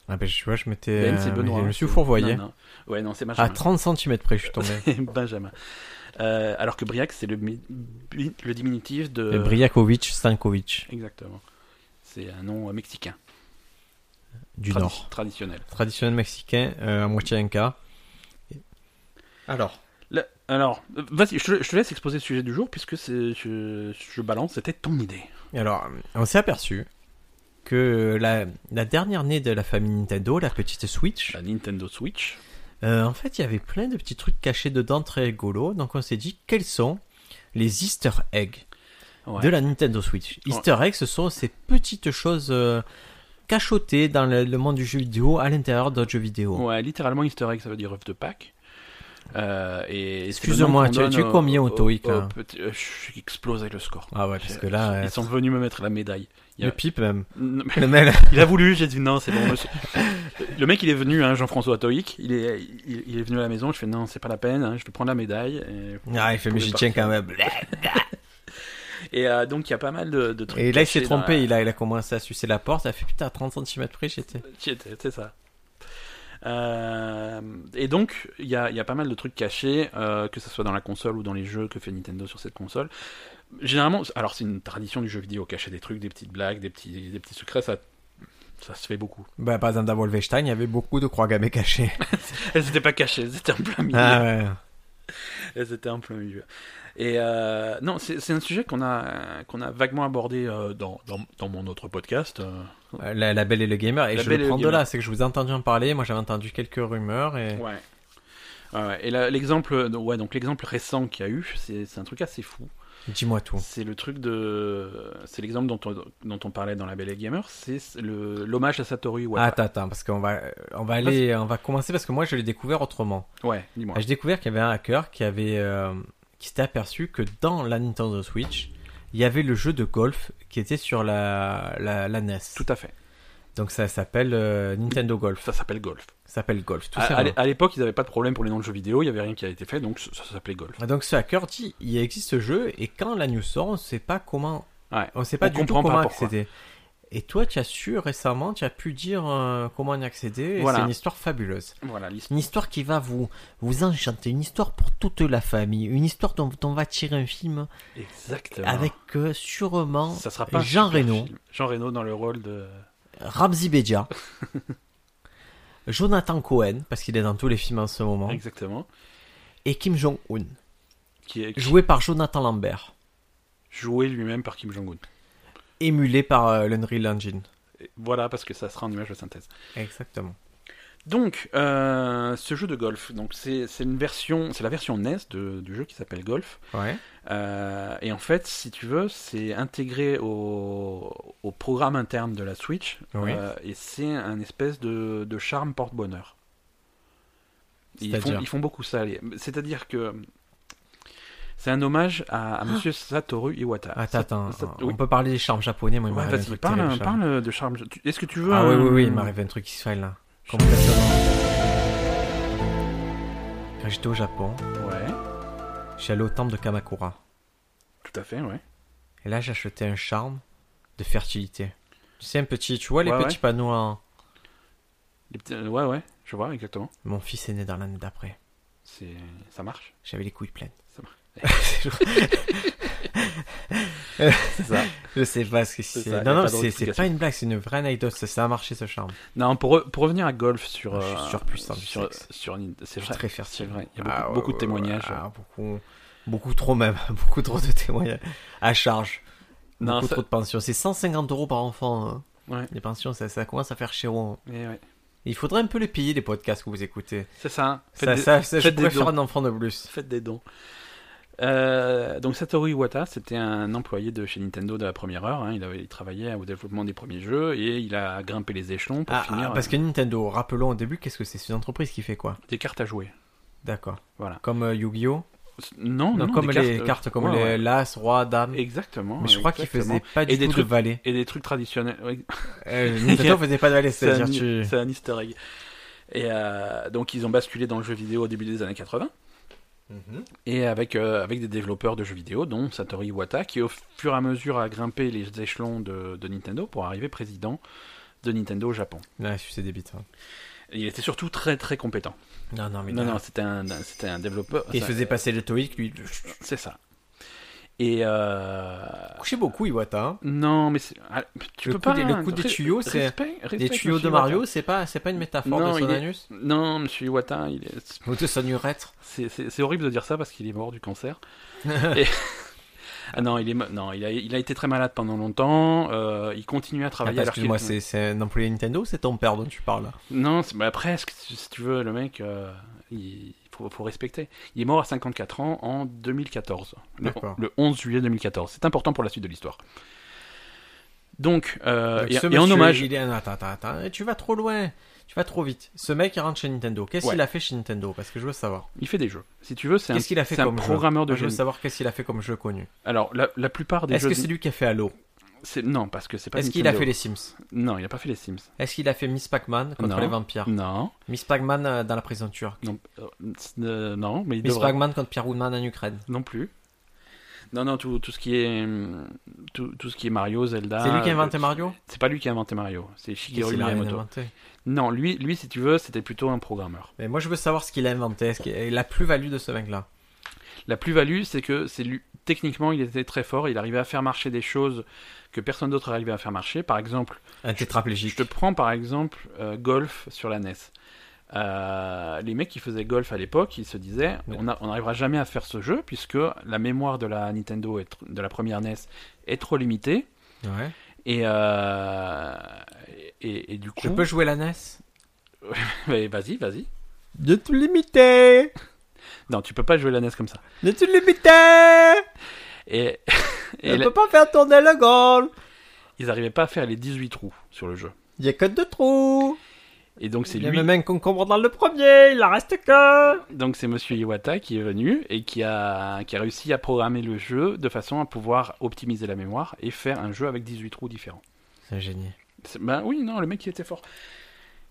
Speaker 2: Ah, ben, je vois, je m'étais.
Speaker 1: Ben, c'est
Speaker 2: euh,
Speaker 1: Benoît.
Speaker 2: Je me suis
Speaker 1: C'est-
Speaker 2: fourvoyé.
Speaker 1: Non, non. Ouais, non, c'est Benjamin.
Speaker 2: À 30 cm près, je suis tombé.
Speaker 1: C'est Benjamin. Euh, alors que Briac, c'est le, mi- bi- le diminutif de.
Speaker 2: Et Briakovic, Stankovic,
Speaker 1: Exactement. C'est un nom euh, mexicain.
Speaker 2: du
Speaker 1: Tradi-
Speaker 2: Nord.
Speaker 1: Traditionnel.
Speaker 2: Traditionnel mexicain, euh, à moitié inca. Alors
Speaker 1: Là- alors, euh, vas-y, je, te- je te laisse exposer le sujet du jour puisque c'est- je, je balance, c'était ton idée.
Speaker 2: Alors, on s'est aperçu que la, la dernière née de la famille Nintendo, la petite Switch,
Speaker 1: La Nintendo Switch.
Speaker 2: Euh, en fait, il y avait plein de petits trucs cachés dedans très rigolos. Donc, on s'est dit, quels sont les Easter eggs
Speaker 1: Ouais.
Speaker 2: de la Nintendo Switch
Speaker 1: Ouais.
Speaker 2: Easter eggs, ce sont ces petites choses euh, cachotées dans le, le monde du jeu vidéo, à l'intérieur d'autres jeux vidéo.
Speaker 1: Ouais, littéralement Easter egg, ça veut dire œuf de Pâques. Euh, et c'est le nom
Speaker 2: Excuse-moi,
Speaker 1: qu'on
Speaker 2: tu-
Speaker 1: donne
Speaker 2: tu es
Speaker 1: au-
Speaker 2: combien au TOEIC,
Speaker 1: au
Speaker 2: là
Speaker 1: petit- euh, Je suis explosé le score.
Speaker 2: Ah ouais, parce que là, euh,
Speaker 1: Ils sont venus me mettre la médaille. il y a-
Speaker 2: le pipe même.
Speaker 1: Non, mais-
Speaker 2: Le mail.
Speaker 1: Il a voulu, j'ai dit non, c'est bon. monsieur. Le mec, il est venu, hein, Jean-François Toïc, il est, il, il est venu à la maison, je fais non, c'est pas la peine, hein, je vais prendre la médaille. Et,
Speaker 2: Ah, il fait, mais j'y tiens quand même.
Speaker 1: Et euh, donc, il y a pas mal de, de trucs.
Speaker 2: Et là, il
Speaker 1: cachés
Speaker 2: s'est
Speaker 1: dans la-
Speaker 2: trompé. Il, a, il a commencé à sucer la porte. Il a fait, putain, à 30 cm près, j'étais.
Speaker 1: J'y étais, c'est ça. Euh, et donc, il y a, il y a pas mal de trucs cachés, euh, que ce soit dans la console ou dans les jeux que fait Nintendo sur cette console. Généralement, alors c'est une tradition du jeu vidéo, cacher des trucs, des petites blagues, des petits, des petits secrets, ça, ça se fait beaucoup.
Speaker 2: Bah, par exemple, dans Wolfenstein, il y avait beaucoup de croix gammées cachées.
Speaker 1: Elles étaient pas cachées, elles étaient en plein milieu.
Speaker 2: ah ouais.
Speaker 1: Elles étaient en plein milieu. Et euh, non, c'est c'est un sujet qu'on a, qu'on a vaguement abordé euh, dans, dans, dans mon autre podcast. euh.
Speaker 2: Euh, La, la Belle et le Gamer, et
Speaker 1: La
Speaker 2: je
Speaker 1: Belle et
Speaker 2: le
Speaker 1: le
Speaker 2: prends de
Speaker 1: Gamer.
Speaker 2: là, c'est que je vous ai entendu en parler, moi j'avais entendu quelques rumeurs, et
Speaker 1: Ouais. Ouais, ouais. et là, l'exemple euh, donc, ouais, donc l'exemple récent qu'il y a eu, c'est c'est un truc assez fou.
Speaker 2: dis-moi tout.
Speaker 1: C'est le truc de. C'est l'exemple dont on, dont on parlait dans La Belle et le Gamer, c'est le- l'hommage à Satoru Iwata.
Speaker 2: Attends, attends, parce qu'on va, on va aller, on va commencer parce que moi je l'ai découvert autrement.
Speaker 1: Ouais, dis-moi.
Speaker 2: J'ai découvert qu'il y avait un hacker qui avait, euh, qui s'était aperçu que dans la Nintendo Switch, il y avait le jeu de golf qui était sur la, la, E la NES.
Speaker 1: Tout à fait.
Speaker 2: Donc ça s'appelle euh, Nintendo Golf.
Speaker 1: Ça s'appelle Golf.
Speaker 2: Ça s'appelle Golf, tout
Speaker 1: À, à
Speaker 2: ça. hein.
Speaker 1: l'é- à l'époque, ils n'avaient pas de problème pour les noms de jeux vidéo, il n'y avait rien qui a été fait, donc ça, ça s'appelait Golf.
Speaker 2: Donc ce hacker dit, il existe ce jeu et quand la news sort, on ne sait pas comment,
Speaker 1: Ouais.
Speaker 2: on ne sait pas
Speaker 1: On
Speaker 2: du tout
Speaker 1: comprend pas
Speaker 2: comment
Speaker 1: pourquoi.
Speaker 2: accéder. Et toi, tu as su récemment, tu as pu dire euh, comment y accéder. et
Speaker 1: Voilà.
Speaker 2: C'est une histoire fabuleuse.
Speaker 1: Voilà, l'histoire.
Speaker 2: Une histoire qui va vous, vous enchanter, une histoire pour toute la famille, une histoire dont on va tirer un film
Speaker 1: Exactement.
Speaker 2: avec euh, sûrement
Speaker 1: Ça sera pas un
Speaker 2: Jean
Speaker 1: super
Speaker 2: Reno,
Speaker 1: film. Jean Reno dans le rôle de.
Speaker 2: Ramzi Bedia, Jonathan Cohen, parce qu'il est dans tous les films en ce moment,
Speaker 1: Exactement.
Speaker 2: et Kim Jong-un,
Speaker 1: Qui est qui-
Speaker 2: joué par Jonathan Lambert,
Speaker 1: joué lui-même par Kim Jong-un.
Speaker 2: émulé par euh, l'Unreal Engine.
Speaker 1: Et Voilà, parce que ça sera en image de synthèse.
Speaker 2: Exactement.
Speaker 1: Donc, euh, ce jeu de golf, donc c'est c'est une version, c'est la version NES de- du jeu qui s'appelle Golf.
Speaker 2: Ouais.
Speaker 1: Euh, et en fait, si tu veux, c'est intégré au, au programme interne de la Switch.
Speaker 2: Oui.
Speaker 1: Euh, et c'est un espèce de, de charme porte-bonheur. Ils
Speaker 2: C'est-à-dire
Speaker 1: font, ils font beaucoup ça. les- C'est-à-dire que c'est un hommage à, à Monsieur Satoru Iwata.
Speaker 2: Attends, attends,
Speaker 1: Sat-
Speaker 2: on
Speaker 1: oui.
Speaker 2: peut parler des charmes japonais, moi il
Speaker 1: Ouais,
Speaker 2: m'arrive un
Speaker 1: vas-y,
Speaker 2: truc
Speaker 1: parle,
Speaker 2: terrible, Charles.
Speaker 1: parle de charme. Tu- Est-ce que tu veux. euh,
Speaker 2: Ah oui,
Speaker 1: un-
Speaker 2: oui, oui, il m'arrive un truc qui se fait là. Complètement. Quand j'étais au Japon,
Speaker 1: Ouais,
Speaker 2: je suis allé au temple de Kamakura.
Speaker 1: tout à fait, ouais.
Speaker 2: Et là, j'ai acheté un charme de fertilité. C'est un petit, tu vois les
Speaker 1: Ouais,
Speaker 2: petits
Speaker 1: ouais.
Speaker 2: panneaux en...
Speaker 1: Les petits- euh, Ouais, ouais, je vois, exactement.
Speaker 2: Mon fils est né dans l'année d'après.
Speaker 1: C'est... Ça marche.
Speaker 2: J'avais les couilles pleines.
Speaker 1: Ça
Speaker 2: c'est ça. Je sais pas ce que
Speaker 1: C'est
Speaker 2: c'est.
Speaker 1: ça, y a
Speaker 2: Non, non,
Speaker 1: pas d'autre
Speaker 2: c'est c'est
Speaker 1: explication.
Speaker 2: pas une blague, c'est une vraie anecdote. Ça, ça a marché ce charme.
Speaker 1: Non, pour, re- pour revenir à golf sur.
Speaker 2: Ah, je suis
Speaker 1: euh,
Speaker 2: surpuissant du
Speaker 1: sur,
Speaker 2: sexe.
Speaker 1: sur Nin- C'est
Speaker 2: Je suis
Speaker 1: vrai.
Speaker 2: très
Speaker 1: C'est
Speaker 2: fertile.
Speaker 1: vrai. Il y a beaucoup,
Speaker 2: Ah, ouais,
Speaker 1: beaucoup de
Speaker 2: ouais,
Speaker 1: témoignages.
Speaker 2: ah, beaucoup, beaucoup trop même. Beaucoup trop de témoignages. À charge.
Speaker 1: Non,
Speaker 2: beaucoup
Speaker 1: ça-
Speaker 2: trop de pensions. C'est 150 euros par enfant. hein.
Speaker 1: Ouais.
Speaker 2: Les pensions, ça, ça commence à faire chéron.
Speaker 1: Eh ouais.
Speaker 2: Il faudrait un peu les payer, les podcasts que vous écoutez.
Speaker 1: C'est ça. hein. Faites
Speaker 2: Ça,
Speaker 1: des-
Speaker 2: ça, ça, je
Speaker 1: faites des
Speaker 2: pourrais faire
Speaker 1: dons.
Speaker 2: un enfant de plus.
Speaker 1: Faites des dons. Euh, donc Satoru Iwata, c'était un employé de chez Nintendo de la première heure. hein. Il, avait, il travaillait au développement des premiers jeux et il a grimpé les échelons pour
Speaker 2: Ah,
Speaker 1: finir
Speaker 2: ah, parce
Speaker 1: euh,
Speaker 2: que Nintendo, rappelons au début, qu'est-ce que c'est C'est une entreprise qui fait quoi
Speaker 1: des cartes à jouer.
Speaker 2: D'accord.
Speaker 1: Voilà.
Speaker 2: Comme euh, Yu-Gi-Oh
Speaker 1: Non, non,
Speaker 2: Non, Comme
Speaker 1: des
Speaker 2: les
Speaker 1: euh,
Speaker 2: cartes, comme
Speaker 1: ouais,
Speaker 2: les
Speaker 1: ouais.
Speaker 2: l'As, Roi, Dame.
Speaker 1: Exactement.
Speaker 2: Mais je crois qu'ils
Speaker 1: exactement.
Speaker 2: faisaient pas du
Speaker 1: Et des
Speaker 2: tout
Speaker 1: trucs-
Speaker 2: de valet.
Speaker 1: Et des trucs traditionnels. oui.
Speaker 2: Euh, Nintendo faisait pas de valet,
Speaker 1: C'est un,
Speaker 2: c'est-à-dire tu...
Speaker 1: c'est un easter egg. Et euh, donc ils ont basculé dans le jeu vidéo au début des années 80
Speaker 2: Mhm.
Speaker 1: et avec, euh, avec des développeurs de jeux vidéo dont Satoru Iwata qui au fur et à mesure a grimpé les échelons de, de Nintendo pour arriver président de Nintendo au Japon.
Speaker 2: Ouais, je suis des bites. hein.
Speaker 1: Et il était surtout très très compétent.
Speaker 2: Non, non, mais...
Speaker 1: non,
Speaker 2: non.
Speaker 1: non, c'était un, c'était un développeur.
Speaker 2: Et il
Speaker 1: ça-
Speaker 2: faisait passer le TOEIC, lui...
Speaker 1: C'est ça. Et euh,
Speaker 2: Couché beaucoup, Iwata. hein.
Speaker 1: non, mais c'est- ah, tu
Speaker 2: Le
Speaker 1: peux
Speaker 2: coup
Speaker 1: pas.
Speaker 2: des- le coup des
Speaker 1: Res-
Speaker 2: tuyaux, c'est-
Speaker 1: respect-
Speaker 2: Les
Speaker 1: respect,
Speaker 2: tuyaux de
Speaker 1: monsieur
Speaker 2: Mario,
Speaker 1: Iwata.
Speaker 2: c'est pas, c'est pas une métaphore
Speaker 1: Non,
Speaker 2: de son
Speaker 1: il est-
Speaker 2: anus
Speaker 1: Non, Monsieur Iwata, il est,
Speaker 2: Ou de son urètre
Speaker 1: C'est- C'est c'est horrible de dire ça parce qu'il est mort du cancer. Et- Ah non, il, est, mo- non il, a, il a été très malade pendant longtemps. euh, il continue à travailler.
Speaker 2: Attends,
Speaker 1: alors qu'il-
Speaker 2: Excuse-moi, c'est c'est un employé Nintendo ou c'est ton père dont tu parles là
Speaker 1: Non, c'est- bah, presque. Si si tu veux, le mec, euh, il faut, faut respecter. Il est mort à 54 ans en 2014. Le,
Speaker 2: D'accord.
Speaker 1: le 11 juillet 2014. C'est important pour la suite de l'histoire. Donc, euh,
Speaker 2: Donc,
Speaker 1: et,
Speaker 2: ce
Speaker 1: et en
Speaker 2: monsieur,
Speaker 1: hommage.
Speaker 2: il est- non, Attends, attends, attends, tu vas trop loin. Tu vas trop vite. Ce mec, il rentre chez Nintendo. Qu'est-ce
Speaker 1: Ouais.
Speaker 2: qu'il a fait chez Nintendo Parce que je veux savoir.
Speaker 1: Il fait des jeux. Si tu veux, c'est un,
Speaker 2: Qu'est-ce qu'il a fait
Speaker 1: c'est un
Speaker 2: comme jeu
Speaker 1: programmeur de
Speaker 2: Moi, je
Speaker 1: jeux.
Speaker 2: veux savoir qu'est-ce qu'il a fait comme jeu connu.
Speaker 1: Alors, la, la plupart des
Speaker 2: Est-ce
Speaker 1: jeux.
Speaker 2: que c'est lui qui a fait Halo
Speaker 1: c'est- Non, parce que c'est pas.
Speaker 2: Est-ce qu'il a
Speaker 1: Nintendo.
Speaker 2: fait les Ah. Sims
Speaker 1: Non, il a pas fait les Sims.
Speaker 2: Est-ce qu'il a fait Miss Pac-Man contre
Speaker 1: Non.
Speaker 2: les vampires
Speaker 1: Non.
Speaker 2: Miss Pac-Man euh, dans la prison turque
Speaker 1: Non, euh, euh, non, mais il
Speaker 2: Miss
Speaker 1: devrait.
Speaker 2: Pac-Man contre Pierre Woodman en Ukraine
Speaker 1: Non plus. Non, non, tout, tout ce qui est hum, tout, tout ce qui est Mario, Zelda.
Speaker 2: C'est lui qui a
Speaker 1: euh,
Speaker 2: inventé
Speaker 1: tout-
Speaker 2: Mario
Speaker 1: C'est pas lui qui a inventé Mario. C'est Shigeru
Speaker 2: Qu'est-ce qu'il a
Speaker 1: Miyamoto.
Speaker 2: inventé
Speaker 1: Non, lui, lui, si tu veux, c'était plutôt un programmeur.
Speaker 2: Mais moi, je veux savoir ce qu'il a inventé. Est-ce qu'il et la plus-value de ce mec-là
Speaker 1: La plus-value, c'est que c'est lui. Techniquement, il était très fort. Il arrivait à faire marcher des choses que personne d'autre arrivait à faire marcher. Par exemple,
Speaker 2: Un
Speaker 1: je
Speaker 2: tétraplégique.
Speaker 1: te prends par exemple euh, golf sur la NES. Euh, les mecs qui faisaient golf à l'époque, ils se disaient
Speaker 2: Ouais.
Speaker 1: on a- on n'arrivera jamais à faire ce jeu puisque la mémoire de la Nintendo, est tr- de la première NES, est trop limitée.
Speaker 2: Ouais.
Speaker 1: Et, euh, et, et du coup,
Speaker 2: Je peux jouer la NES
Speaker 1: Mais vas-y, vas-y.
Speaker 2: De tout limiter
Speaker 1: Non, tu peux pas jouer la NES comme ça.
Speaker 2: De tout limiter
Speaker 1: Et, et la-
Speaker 2: pas faire tourner le goal.
Speaker 1: ils arrivaient pas à faire les 18 trous sur le jeu.
Speaker 2: Il y a que deux trous.
Speaker 1: Et donc c'est
Speaker 2: Il y a
Speaker 1: lui,
Speaker 2: même un concombre dans le premier. Il en reste que.
Speaker 1: donc c'est Monsieur Iwata qui est venu et qui a qui a réussi à programmer le jeu de façon à pouvoir optimiser la mémoire et faire un jeu avec 18 trous différents.
Speaker 2: C'est un génie.
Speaker 1: C'est- Ben oui, non, le mec il était fort.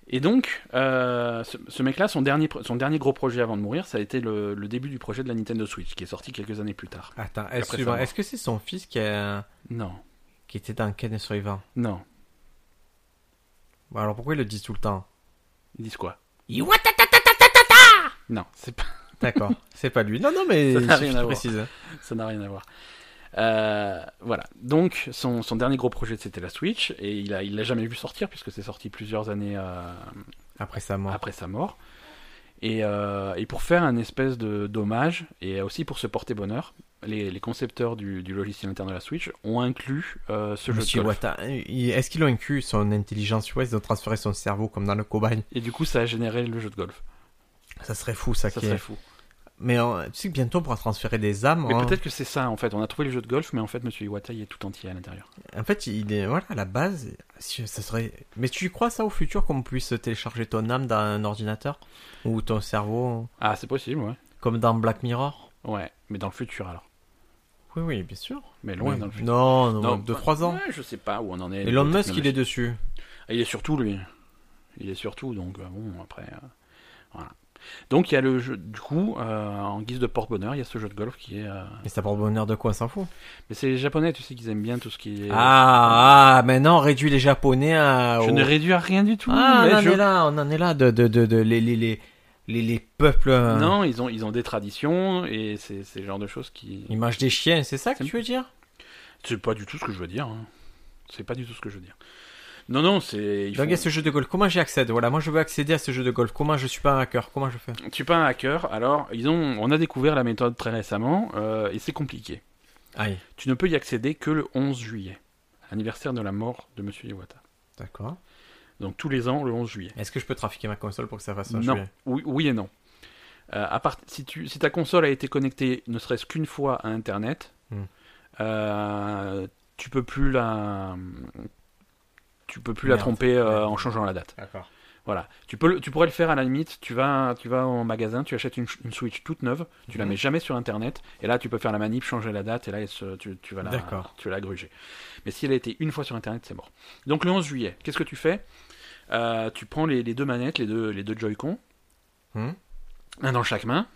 Speaker 1: Et donc, euh, ce, ce mec-là, son dernier, pro- son dernier gros projet avant de mourir, ça a été le, le début du projet de la Nintendo Switch, qui est sorti quelques années plus tard.
Speaker 2: Attends,
Speaker 1: Après sa mort.
Speaker 2: excuse-moi. Est-ce que c'est son fils qui, a-
Speaker 1: Non,
Speaker 2: qui était dans Ken et Survivant
Speaker 1: non,
Speaker 2: Bah Alors pourquoi ils le disent tout le temps
Speaker 1: Ils disent quoi
Speaker 3: Iwatatatatata
Speaker 1: Non, c'est pas,
Speaker 2: D'accord, c'est pas lui. Non, non, mais
Speaker 1: Ça
Speaker 2: il
Speaker 1: n'a
Speaker 2: suffit
Speaker 1: rien
Speaker 2: de
Speaker 1: à voir.
Speaker 2: préciser.
Speaker 1: ça n'a rien à voir. Euh, voilà. Donc, son, son dernier gros projet, c'était la Switch, et il a, il l'a jamais vu sortir puisque c'est sorti plusieurs années euh,
Speaker 2: Après sa mort.
Speaker 1: après sa mort. Et, euh, et pour faire un espèce de dommage, et aussi pour se porter bonheur, les, les concepteurs du, du logiciel interne de la Switch ont inclus euh, ce
Speaker 2: Monsieur
Speaker 1: jeu de golf.
Speaker 2: Wata, il- est-ce qu'ils l'ont inclus son intelligence ouais, Ils ont transféré son cerveau comme dans le cobaye.
Speaker 1: Et du coup, ça a généré le jeu de golf.
Speaker 2: Ça serait fou, ça.
Speaker 1: Ça
Speaker 2: qui est-
Speaker 1: serait fou.
Speaker 2: Mais euh, tu sais que bientôt on pourra transférer des âmes.
Speaker 1: Mais
Speaker 2: hein.
Speaker 1: peut-être que c'est ça, en fait. On a trouvé le jeu de golf, mais en fait, Monsieur Iwata, il est tout entier à l'intérieur.
Speaker 2: En fait, il est voilà à la base. si- Ça serait. Mais tu y crois ça au futur qu'on puisse télécharger ton âme dans un ordinateur ou ton cerveau
Speaker 1: Ah, c'est possible, ouais.
Speaker 2: comme dans Black Mirror
Speaker 1: Ouais, mais dans le futur, alors.
Speaker 2: Oui, oui, bien sûr.
Speaker 1: Mais loin
Speaker 2: Oui.
Speaker 1: dans le futur.
Speaker 2: Non, non,
Speaker 1: Non,
Speaker 2: de
Speaker 1: pas-
Speaker 2: 3 ans.
Speaker 1: Ouais, je sais pas où on en est.
Speaker 2: Elon
Speaker 1: niveau
Speaker 2: Musk, il est
Speaker 1: technologie.
Speaker 2: dessus.
Speaker 1: Ah, Il est surtout, lui. Il est surtout, donc euh, bon, après. euh, voilà. Donc, il y a le jeu. Du coup, euh, en guise de porte-bonheur, il y a ce jeu de golf qui est. euh,
Speaker 2: Mais ça porte bonheur de quoi, on s'en fout.
Speaker 1: Mais c'est les japonais, tu sais qu'ils aiment bien tout ce qui est.
Speaker 2: Ah, ah, maintenant on réduit les Japonais à.
Speaker 1: Je
Speaker 2: au-
Speaker 1: ne réduis à rien du tout.
Speaker 2: Ah,
Speaker 1: mais
Speaker 2: on en
Speaker 1: je-
Speaker 2: est là, on en est là de, de, de, de- les, les, les, les, les peuples. euh,
Speaker 1: Non, ils ont, ils ont des traditions et c'est c'est le genre de choses qui.
Speaker 2: Ils mangent des chiens, c'est ça que
Speaker 1: C'est-
Speaker 2: tu veux dire
Speaker 1: C'est pas du tout ce que je veux dire. hein. C'est pas du tout ce que je veux dire. Non, non, c'est. ils
Speaker 2: Donc,
Speaker 1: font-
Speaker 2: il y a ce jeu de golf, comment j'y accède Voilà, moi je veux accéder à ce jeu de golf. Comment je suis pas un hacker Comment je fais
Speaker 1: Tu es pas un hacker, alors ils ont, on a découvert la méthode très récemment euh, et c'est compliqué.
Speaker 2: Aïe.
Speaker 1: Tu ne peux y accéder que le 11 juillet, anniversaire de la mort de Monsieur Iwata.
Speaker 2: D'accord.
Speaker 1: Donc tous les ans, le 11 juillet.
Speaker 2: Est-ce que je peux trafiquer ma console pour que ça fasse un
Speaker 1: Non,
Speaker 2: jeu
Speaker 1: oui, oui et non. Euh, à part, si, tu, si ta console a été connectée ne serait-ce qu'une fois à Internet,
Speaker 2: Hmm.
Speaker 1: euh, tu peux plus la, tu peux plus la
Speaker 2: Merde.
Speaker 1: tromper euh,
Speaker 2: Ouais.
Speaker 1: en changeant la date.
Speaker 2: D'accord.
Speaker 1: Voilà. Tu, peux, le- tu pourrais le faire à la limite. Tu vas, tu vas en magasin, tu achètes une, ch- une Switch toute neuve, tu la
Speaker 2: Mhm.
Speaker 1: mets jamais sur Internet, et là tu peux faire la manip, changer la date, et là elle se- tu, tu vas la,
Speaker 2: D'accord.
Speaker 1: tu vas la gruger. Mais si elle a été une fois sur Internet, c'est mort. Donc le 11 juillet, qu'est-ce que tu fais Euh, Tu prends les, les deux manettes, les deux, les deux Joy-Con,
Speaker 2: Mhm.
Speaker 1: un dans chaque main.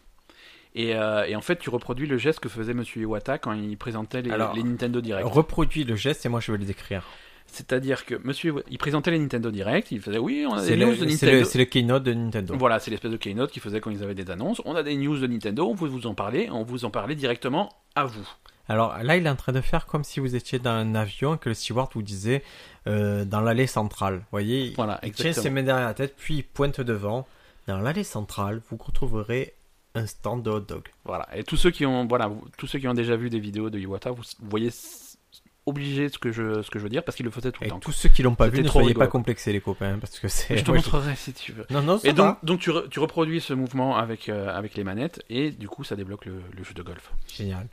Speaker 1: Et, euh, et en fait, tu reproduis le geste que faisait Monsieur Iwata quand il présentait les,
Speaker 2: Alors,
Speaker 1: les Nintendo Direct.
Speaker 2: Reproduis le geste et moi je vais le décrire.
Speaker 1: C'est-à-dire que Monsieur, Iwata- il présentait les Nintendo Direct, il faisait oui, on a des
Speaker 2: C'est le,
Speaker 1: Ah, news de
Speaker 2: c'est le,
Speaker 1: Nintendo.
Speaker 2: c'est le keynote de Nintendo.
Speaker 1: Voilà, c'est l'espèce de keynote qu'ils faisaient quand ils avaient des annonces. On a des news de Nintendo, on peut vous en parler, on vous en parlait directement à vous.
Speaker 2: Alors là, il est en train de faire comme si vous étiez dans un avion et que le steward vous disait euh, dans l'allée centrale. Vous voyez, il-
Speaker 1: Voilà,
Speaker 2: il tient ses
Speaker 1: exactement.
Speaker 2: mains derrière la tête, puis il pointe devant. Dans l'allée centrale, vous retrouverez un stand de hot dog.
Speaker 1: Voilà. Et tous ceux qui ont, voilà, vous- tous ceux qui ont déjà vu des vidéos de Iwata, vous, vous voyez s- obligé ce que je, ce que je veux dire parce qu'il le faisait tout
Speaker 2: Et
Speaker 1: le temps.
Speaker 2: tous ceux qui l'ont pas vu,
Speaker 1: C'était
Speaker 2: ne
Speaker 1: trop
Speaker 2: soyez
Speaker 1: rigolo.
Speaker 2: pas complexés, les copains, parce que c'est.
Speaker 1: Je te
Speaker 2: moi,
Speaker 1: montrerai si tu veux.
Speaker 2: Non, non, ça
Speaker 1: Et donc,
Speaker 2: va.
Speaker 1: donc tu, re- tu reproduis ce mouvement avec, euh, avec les manettes et du coup ça débloque le, le jeu de golf.
Speaker 2: Génial.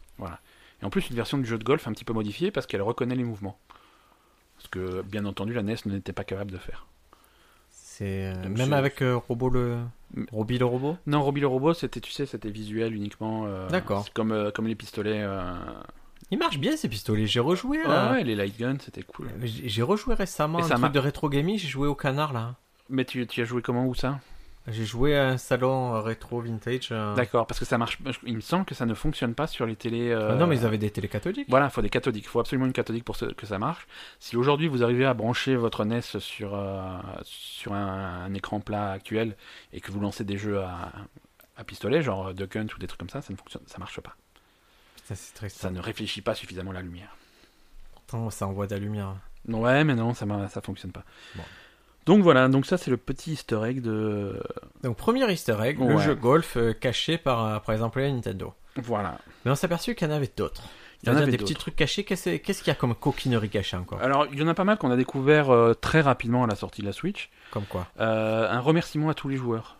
Speaker 1: Et en plus une version du jeu de golf un petit peu modifiée parce qu'elle reconnaît les mouvements. Ce que bien entendu la NES n'était pas capable de faire.
Speaker 2: C'est euh,
Speaker 1: Donc,
Speaker 2: même
Speaker 1: c'est-
Speaker 2: avec euh, robot le Roby le robot.
Speaker 1: Non, Roby le robot, c'était, tu sais, c'était visuel uniquement. euh,
Speaker 2: D'accord.
Speaker 1: c'est Comme, euh, comme les pistolets. euh,
Speaker 2: Il marche bien ces pistolets. J'ai rejoué.
Speaker 1: Ouais,
Speaker 2: là.
Speaker 1: ouais, les light guns, c'était cool.
Speaker 2: J'ai j'ai rejoué récemment
Speaker 1: Ah Et
Speaker 2: un
Speaker 1: ça
Speaker 2: truc
Speaker 1: mar-
Speaker 2: de rétro gaming. J'ai joué au canard là.
Speaker 1: Mais tu, tu as joué comment ou ça
Speaker 2: J'ai joué à un salon euh, rétro vintage. euh.
Speaker 1: D'accord, parce que ça marche. Il me semble que ça ne fonctionne pas sur les télés. euh,
Speaker 2: Ah non, mais ils avaient des télé catholiques.
Speaker 1: Voilà, il faut des cathodiques. Il faut absolument une cathodique pour ce- que ça marche. Si aujourd'hui vous arrivez à brancher votre NES sur, euh, sur un, un écran plat actuel et que vous lancez des jeux à, à pistolet, genre euh, Duck Hunt ou des trucs comme ça, ça ne fonctionne, ça marche pas.
Speaker 2: Ça c'est triste.
Speaker 1: Ça ne réfléchit pas suffisamment la lumière.
Speaker 2: Pourtant, ça envoie de la lumière.
Speaker 1: Ouais, mais non, ça m'a- ça fonctionne pas.
Speaker 2: Bon.
Speaker 1: Donc voilà, donc ça c'est le petit easter egg de
Speaker 2: Donc premier Easter egg, le
Speaker 1: Ouais.
Speaker 2: jeu golf euh, caché par euh, par exemple la Nintendo.
Speaker 1: voilà.
Speaker 2: Mais on s'est aperçu qu'il y en avait d'autres.
Speaker 1: Il y en
Speaker 2: C'est-à-dire
Speaker 1: avait
Speaker 2: des petits
Speaker 1: d'autres. Euh.
Speaker 2: trucs cachés. Qu'est-ce qu'est-ce qu'il y a comme coquinerie cachée encore
Speaker 1: Alors il y en a pas mal qu'on a découvert euh, très rapidement à la sortie de la Switch.
Speaker 2: Comme quoi
Speaker 1: Euh, un remerciement à tous les joueurs.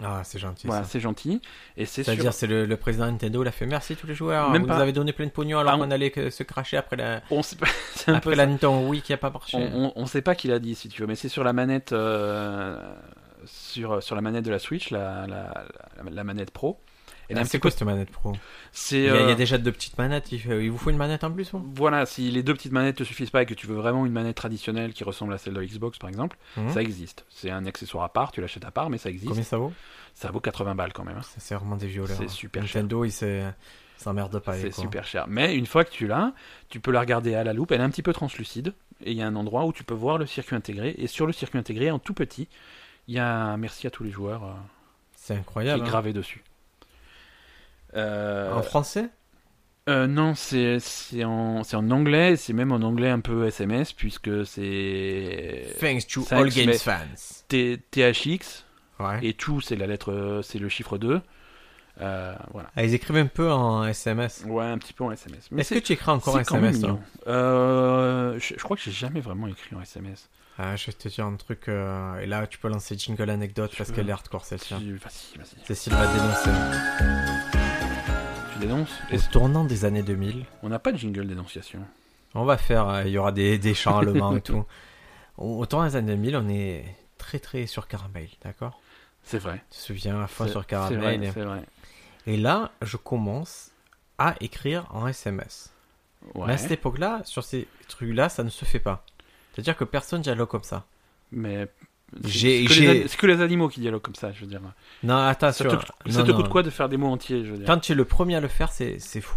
Speaker 2: Ah, c'est gentil.
Speaker 1: voilà,
Speaker 2: ça.
Speaker 1: c'est gentil et c'est sur...
Speaker 2: C'est-à-dire, c'est le, le président de Nintendo, il a fait merci tous les joueurs.
Speaker 1: Même
Speaker 2: vous
Speaker 1: pas.
Speaker 2: nous avez donné plein de pognon alors
Speaker 1: Ah, on-
Speaker 2: qu'on allait que- se cracher après la,
Speaker 1: on sait pas, c'est un peu
Speaker 2: après la Nintendo Wii qui a pas marché.
Speaker 1: On, on- on sait pas qui l'a dit, si tu veux, mais c'est sur la manette, euh, sur, sur la manette de la Switch, la, la, la- la manette Pro. Et
Speaker 2: Ah,
Speaker 1: d'un
Speaker 2: c'est
Speaker 1: petit
Speaker 2: quoi
Speaker 1: peu-
Speaker 2: cette manette pro il
Speaker 1: c'est
Speaker 2: y, a, il y a
Speaker 1: euh,
Speaker 2: déjà deux petites manettes. Il, fait- il vous faut une manette en plus ou
Speaker 1: voilà, si les deux petites manettes te suffisent pas et que tu veux vraiment une manette traditionnelle qui ressemble à celle de Xbox par exemple,
Speaker 2: Mhm.
Speaker 1: ça existe. C'est un accessoire à part, tu l'achètes à part, mais ça existe.
Speaker 2: Combien ça vaut
Speaker 1: Ça vaut 80 balles quand même. hein.
Speaker 2: Ça, C'est vraiment des violeurs.
Speaker 1: C'est super
Speaker 2: Nintendo, il s'est- Ça m'emmerde pas. les
Speaker 1: C'est
Speaker 2: quoi.
Speaker 1: super cher. Mais une fois que tu l'as, tu peux la regarder à la loupe. Elle est un petit peu translucide. Et il y a un endroit où tu peux voir le circuit intégré. Et sur le circuit intégré, en tout petit, il y a un merci à tous les joueurs euh,
Speaker 2: C'est
Speaker 1: qui
Speaker 2: incroyable.
Speaker 1: est
Speaker 2: hein.
Speaker 1: gravé dessus. Euh,
Speaker 2: En français
Speaker 1: euh, non, c'est c'est en, c'est en anglais. C'est même en anglais un peu SMS, puisque c'est
Speaker 2: Thanks to
Speaker 1: ça,
Speaker 2: all
Speaker 1: euh, mais-
Speaker 2: games fans.
Speaker 1: T- THX.
Speaker 2: Ouais.
Speaker 1: Et tout, c'est la lettre, euh, c'est le chiffre 2. Euh, voilà.
Speaker 2: Ah, ils écrivent un peu en SMS.
Speaker 1: Ouais, un petit peu en SMS. Mais
Speaker 2: Est-ce que
Speaker 1: c'est-
Speaker 2: tu écris encore en
Speaker 1: c'est quand même
Speaker 2: SMS toi
Speaker 1: mignon. Euh, je, je crois que j'ai jamais vraiment écrit en SMS.
Speaker 2: Ah, Je vais te dire un truc. euh, Et là, tu peux lancer Jingle Anecdote parce
Speaker 1: peux.
Speaker 2: qu'elle est hardcore celle-ci. hein.
Speaker 1: Tu- Vas-y, vas-y.
Speaker 2: Cécile va dénoncer.
Speaker 1: Tu dénonces Est-ce-
Speaker 2: Au tournant des années 2000,
Speaker 1: On n'a pas de jingle dénonciation.
Speaker 2: On va faire, euh, il y aura des, des chants allemands et tout. Au- Autant les années 2000, on est très très sur Caramel, d'accord
Speaker 1: C'est vrai.
Speaker 2: Tu te souviens à fond
Speaker 1: C'est-
Speaker 2: sur
Speaker 1: C'est vrai,
Speaker 2: Caramel. et-
Speaker 1: c'est vrai.
Speaker 2: Et là, je commence à écrire en SMS.
Speaker 1: Ouais.
Speaker 2: Mais à cette époque-là, sur ces trucs-là, ça ne se fait pas. C'est-à-dire que personne dialogue comme ça.
Speaker 1: Mais c'est-
Speaker 2: J'ai-
Speaker 1: c'est que,
Speaker 2: j'ai-
Speaker 1: les an- c'est que les animaux qui dialoguent comme ça, je veux dire.
Speaker 2: Non, attends,
Speaker 1: Ça
Speaker 2: tu
Speaker 1: te,
Speaker 2: vois,
Speaker 1: ça
Speaker 2: non,
Speaker 1: te
Speaker 2: non.
Speaker 1: coûte quoi de faire des mots entiers, je veux dire
Speaker 2: Quand tu es le premier à le faire, c'est c'est fou.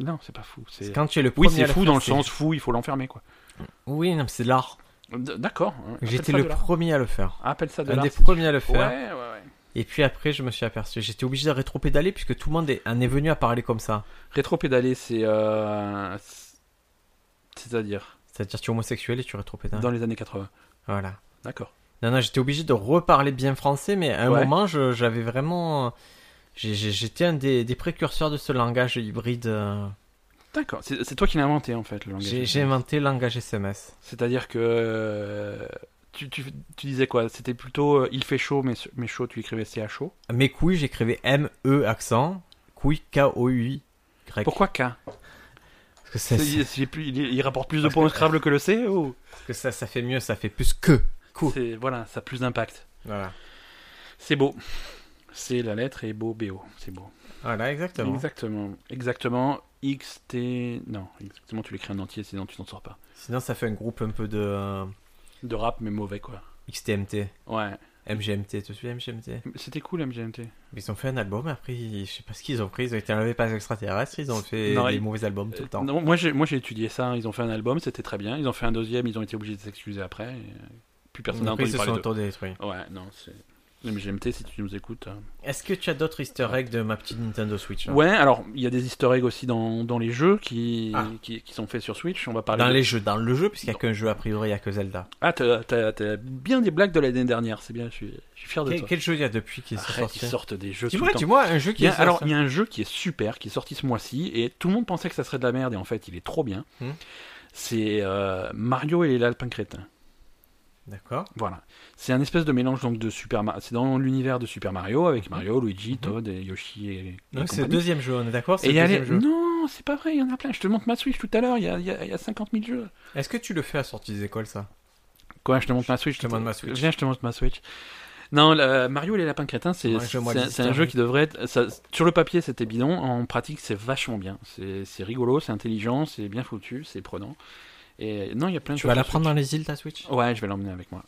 Speaker 1: Non, c'est pas fou. c'est-
Speaker 2: Quand tu es le premier
Speaker 1: Oui,
Speaker 2: à
Speaker 1: c'est
Speaker 2: le
Speaker 1: fou
Speaker 2: faire,
Speaker 1: dans le
Speaker 2: c'est-
Speaker 1: sens fou, il faut l'enfermer, quoi.
Speaker 2: Oui, non, mais c'est de l'art.
Speaker 1: D- D'accord. hein. Appelle
Speaker 2: J'étais
Speaker 1: ça
Speaker 2: le
Speaker 1: de l'art.
Speaker 2: premier à le faire.
Speaker 1: Appelle ça de
Speaker 2: Un
Speaker 1: l'art.
Speaker 2: des
Speaker 1: si tu
Speaker 2: premiers à le
Speaker 1: veux.
Speaker 2: faire.
Speaker 1: Ouais, ouais, ouais.
Speaker 2: Et puis après, je me suis aperçu. J'étais obligé de rétropédaler puisque tout le monde est, en est venu à parler comme ça.
Speaker 1: Rétropédaler, c'est. euh, c'est- C'est-à-dire
Speaker 2: C'est-à-dire, tu es homosexuel et tu rétropédales.
Speaker 1: dans les années 80.
Speaker 2: Voilà.
Speaker 1: D'accord.
Speaker 2: Non, non, j'étais obligé de reparler bien français, mais à un
Speaker 1: Ouais.
Speaker 2: moment, je- j'avais vraiment. j'ai- j'ai- J'étais un des, des précurseurs de ce langage hybride. euh,
Speaker 1: D'accord. C'est c'est toi qui l'as inventé, en fait, le langage.
Speaker 2: J'ai j'ai inventé le langage SMS.
Speaker 1: C'est-à-dire que euh, tu, tu- tu disais quoi C'était plutôt euh, il fait chaud, mais, mais chaud, tu écrivais c'est à chaud.
Speaker 2: Mes couilles, j'écrivais M-E accent. Couilles, K-O-U-I. grec.
Speaker 1: Pourquoi K
Speaker 2: Parce que, ça,
Speaker 1: C'est- c'est plus- il, il rapporte plus de points au Scrabble que le C ou
Speaker 2: parce que ça, ça fait mieux, ça fait plus que. Cool.
Speaker 1: C'est- Voilà, ça a plus d'impact.
Speaker 2: Voilà.
Speaker 1: C'est beau. C'est la lettre et beau, BO. C'est beau.
Speaker 2: Voilà, exactement.
Speaker 1: Exactement. Exactement. XT. Non, exactement, tu l'écris en entier, sinon tu t'en sors pas.
Speaker 2: Sinon, ça fait un groupe un peu de euh,
Speaker 1: De rap, mais mauvais, quoi.
Speaker 2: XTMT.
Speaker 1: Ouais.
Speaker 2: MGMT, tu te souviens MGMT
Speaker 1: C'était cool, MGMT.
Speaker 2: Ils ont fait un album, après, ils- je sais pas ce qu'ils ont pris, ils ont été enlevés par les extraterrestres, ils ont fait
Speaker 1: Non,
Speaker 2: des
Speaker 1: ils-
Speaker 2: mauvais albums tout le temps.
Speaker 1: Euh, non, moi, j'ai, moi j'ai étudié ça. hein. Ils ont fait un album, c'était très bien. Ils ont fait un deuxième, ils ont été obligés de s'excuser après. et, euh, Plus personne n'a
Speaker 2: Après, ils
Speaker 1: entendu
Speaker 2: se
Speaker 1: parler
Speaker 2: sont
Speaker 1: d'eux.
Speaker 2: autodétruits.
Speaker 1: Ouais, non, c'est. Le MGMT, si tu nous écoutes. hein.
Speaker 2: Est-ce que tu as d'autres easter eggs de ma petite Nintendo Switch là
Speaker 1: Ouais, alors, il y a des easter eggs aussi dans, dans les jeux qui,
Speaker 2: Ah.
Speaker 1: qui, qui sont faits sur Switch. On va parler.
Speaker 2: Dans
Speaker 1: de-
Speaker 2: les jeux, dans le jeu, puisqu'il n'y a qu'un jeu, a priori, il n'y a que Zelda.
Speaker 1: Ah, t'as, t'as- t'as bien des blagues de l'année dernière, c'est bien, je suis, je suis fier de
Speaker 2: Quel,
Speaker 1: toi.
Speaker 2: quel jeu il y a depuis qui est
Speaker 1: Arrête, ils
Speaker 2: sorti
Speaker 1: sortent des jeux. tout
Speaker 2: Dis-moi,
Speaker 1: le temps.
Speaker 2: dis-moi, un jeu
Speaker 1: Il
Speaker 2: qui
Speaker 1: y
Speaker 2: est
Speaker 1: a- alors, il
Speaker 2: sorti.
Speaker 1: y a un jeu qui est super, qui est sorti ce mois-ci, et tout le monde pensait que ça serait de la merde, et en fait, il est trop bien.
Speaker 2: Hmm.
Speaker 1: C'est euh, Mario et l'Alpin Crétin.
Speaker 2: D'accord.
Speaker 1: Voilà. C'est un espèce de mélange donc de Super Mario. C'est dans l'univers de Super Mario avec Mario, Luigi, Todd, et Yoshi et. et
Speaker 2: Donc, Hmm. c'est le
Speaker 1: compagnie.
Speaker 2: deuxième jeu, on est d'accord C'est
Speaker 1: Et il
Speaker 2: le
Speaker 1: y a
Speaker 2: deuxième
Speaker 1: les-
Speaker 2: jeu.
Speaker 1: Non, c'est pas vrai, il y en a plein. Je te montre ma Switch tout à l'heure, il y a, il y a- il y a 50 000 jeux.
Speaker 2: Est-ce que tu le fais à la sortie des écoles, ça
Speaker 1: Quoi, je te montre ma Switch
Speaker 2: te montre ma Switch.
Speaker 1: Viens, je te montre ma Switch. Non, le- Mario et les lapins crétins, c'est
Speaker 2: Ouais, je vois
Speaker 1: c'est-
Speaker 2: les
Speaker 1: c'est un jeu
Speaker 2: historiques.
Speaker 1: qui devrait être. ça- sur le papier, c'était bidon. En pratique, c'est vachement bien. C'est c'est rigolo, c'est intelligent, c'est bien foutu, c'est prenant. Et non, il y a plein de
Speaker 2: Tu
Speaker 1: choses
Speaker 2: vas
Speaker 1: sur
Speaker 2: la prendre dans les îles, ta Switch
Speaker 1: Switch. Ouais, je vais l'emmener avec moi.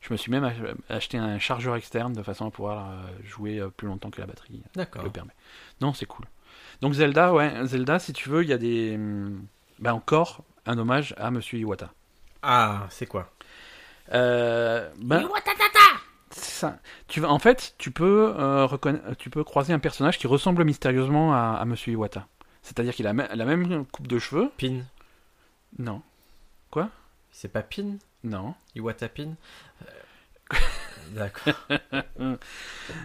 Speaker 1: Je me suis même ach- acheté un chargeur externe de façon à pouvoir euh, jouer euh, plus longtemps que la batterie
Speaker 2: D'accord.
Speaker 1: le permet. Non, c'est cool. Donc Zelda, ouais, Zelda, si tu veux, il y a des. hum, Bah encore un hommage à Monsieur Iwata.
Speaker 2: Ah, c'est quoi
Speaker 1: Euh, bah, ça. Tu vas, en fait, tu peux, euh, reconna- tu peux croiser un personnage qui ressemble mystérieusement à, à Monsieur Iwata. C'est-à-dire qu'il a me- la même coupe de cheveux.
Speaker 2: Pin.
Speaker 1: Non,
Speaker 2: C'est pas Pin
Speaker 1: non,
Speaker 2: Iwata Pin Euh, D'accord.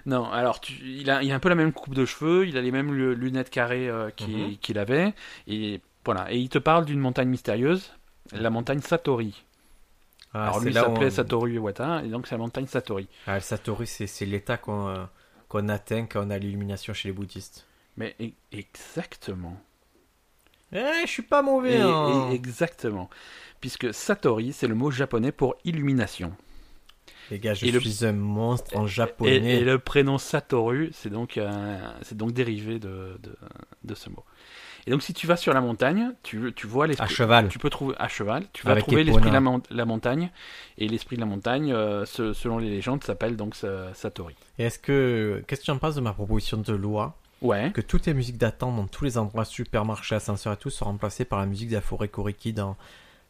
Speaker 1: non. Alors, tu- il, a, il a un peu la même coupe de cheveux. Il a les mêmes lu- lunettes carrées euh, qu'il
Speaker 2: Mhm.
Speaker 1: qu'il avait. Et voilà. Et il te parle d'une montagne mystérieuse, la montagne Satori.
Speaker 2: Ah,
Speaker 1: Alors
Speaker 2: c'est
Speaker 1: lui il
Speaker 2: là où
Speaker 1: s'appelait
Speaker 2: on-
Speaker 1: Satori Iwata, et donc c'est la montagne Satori.
Speaker 2: Ah, le Satori, c'est c'est l'état qu'on euh, qu'on atteint quand on a l'illumination chez les bouddhistes.
Speaker 1: Mais e- exactement.
Speaker 2: Eh, je suis pas mauvais.
Speaker 1: Et-
Speaker 2: hein.
Speaker 1: et- exactement. Puisque Satori, c'est le mot japonais pour illumination.
Speaker 2: Les gars, je
Speaker 1: et le-
Speaker 2: suis un monstre en
Speaker 1: Et,
Speaker 2: japonais.
Speaker 1: et le prénom Satoru, c'est donc, un- c'est donc dérivé de, de, de ce mot. Et donc, si tu vas sur la montagne, tu, tu vois
Speaker 2: À
Speaker 1: l'esprit.
Speaker 2: cheval.
Speaker 1: Tu peux trouver à cheval, tu vas
Speaker 2: Avec
Speaker 1: trouver
Speaker 2: Epona.
Speaker 1: l'esprit de la, mon- la montagne. Et l'esprit de la montagne, euh, se- selon les légendes, s'appelle donc euh, Satori.
Speaker 2: Et est-ce que qu'est-ce que tu en penses de ma proposition de loi
Speaker 1: Ouais.
Speaker 2: que toutes les musiques d'attente dans tous les endroits, supermarchés, ascenseurs et tout, sont remplacées par la musique de la forêt Koriki dans,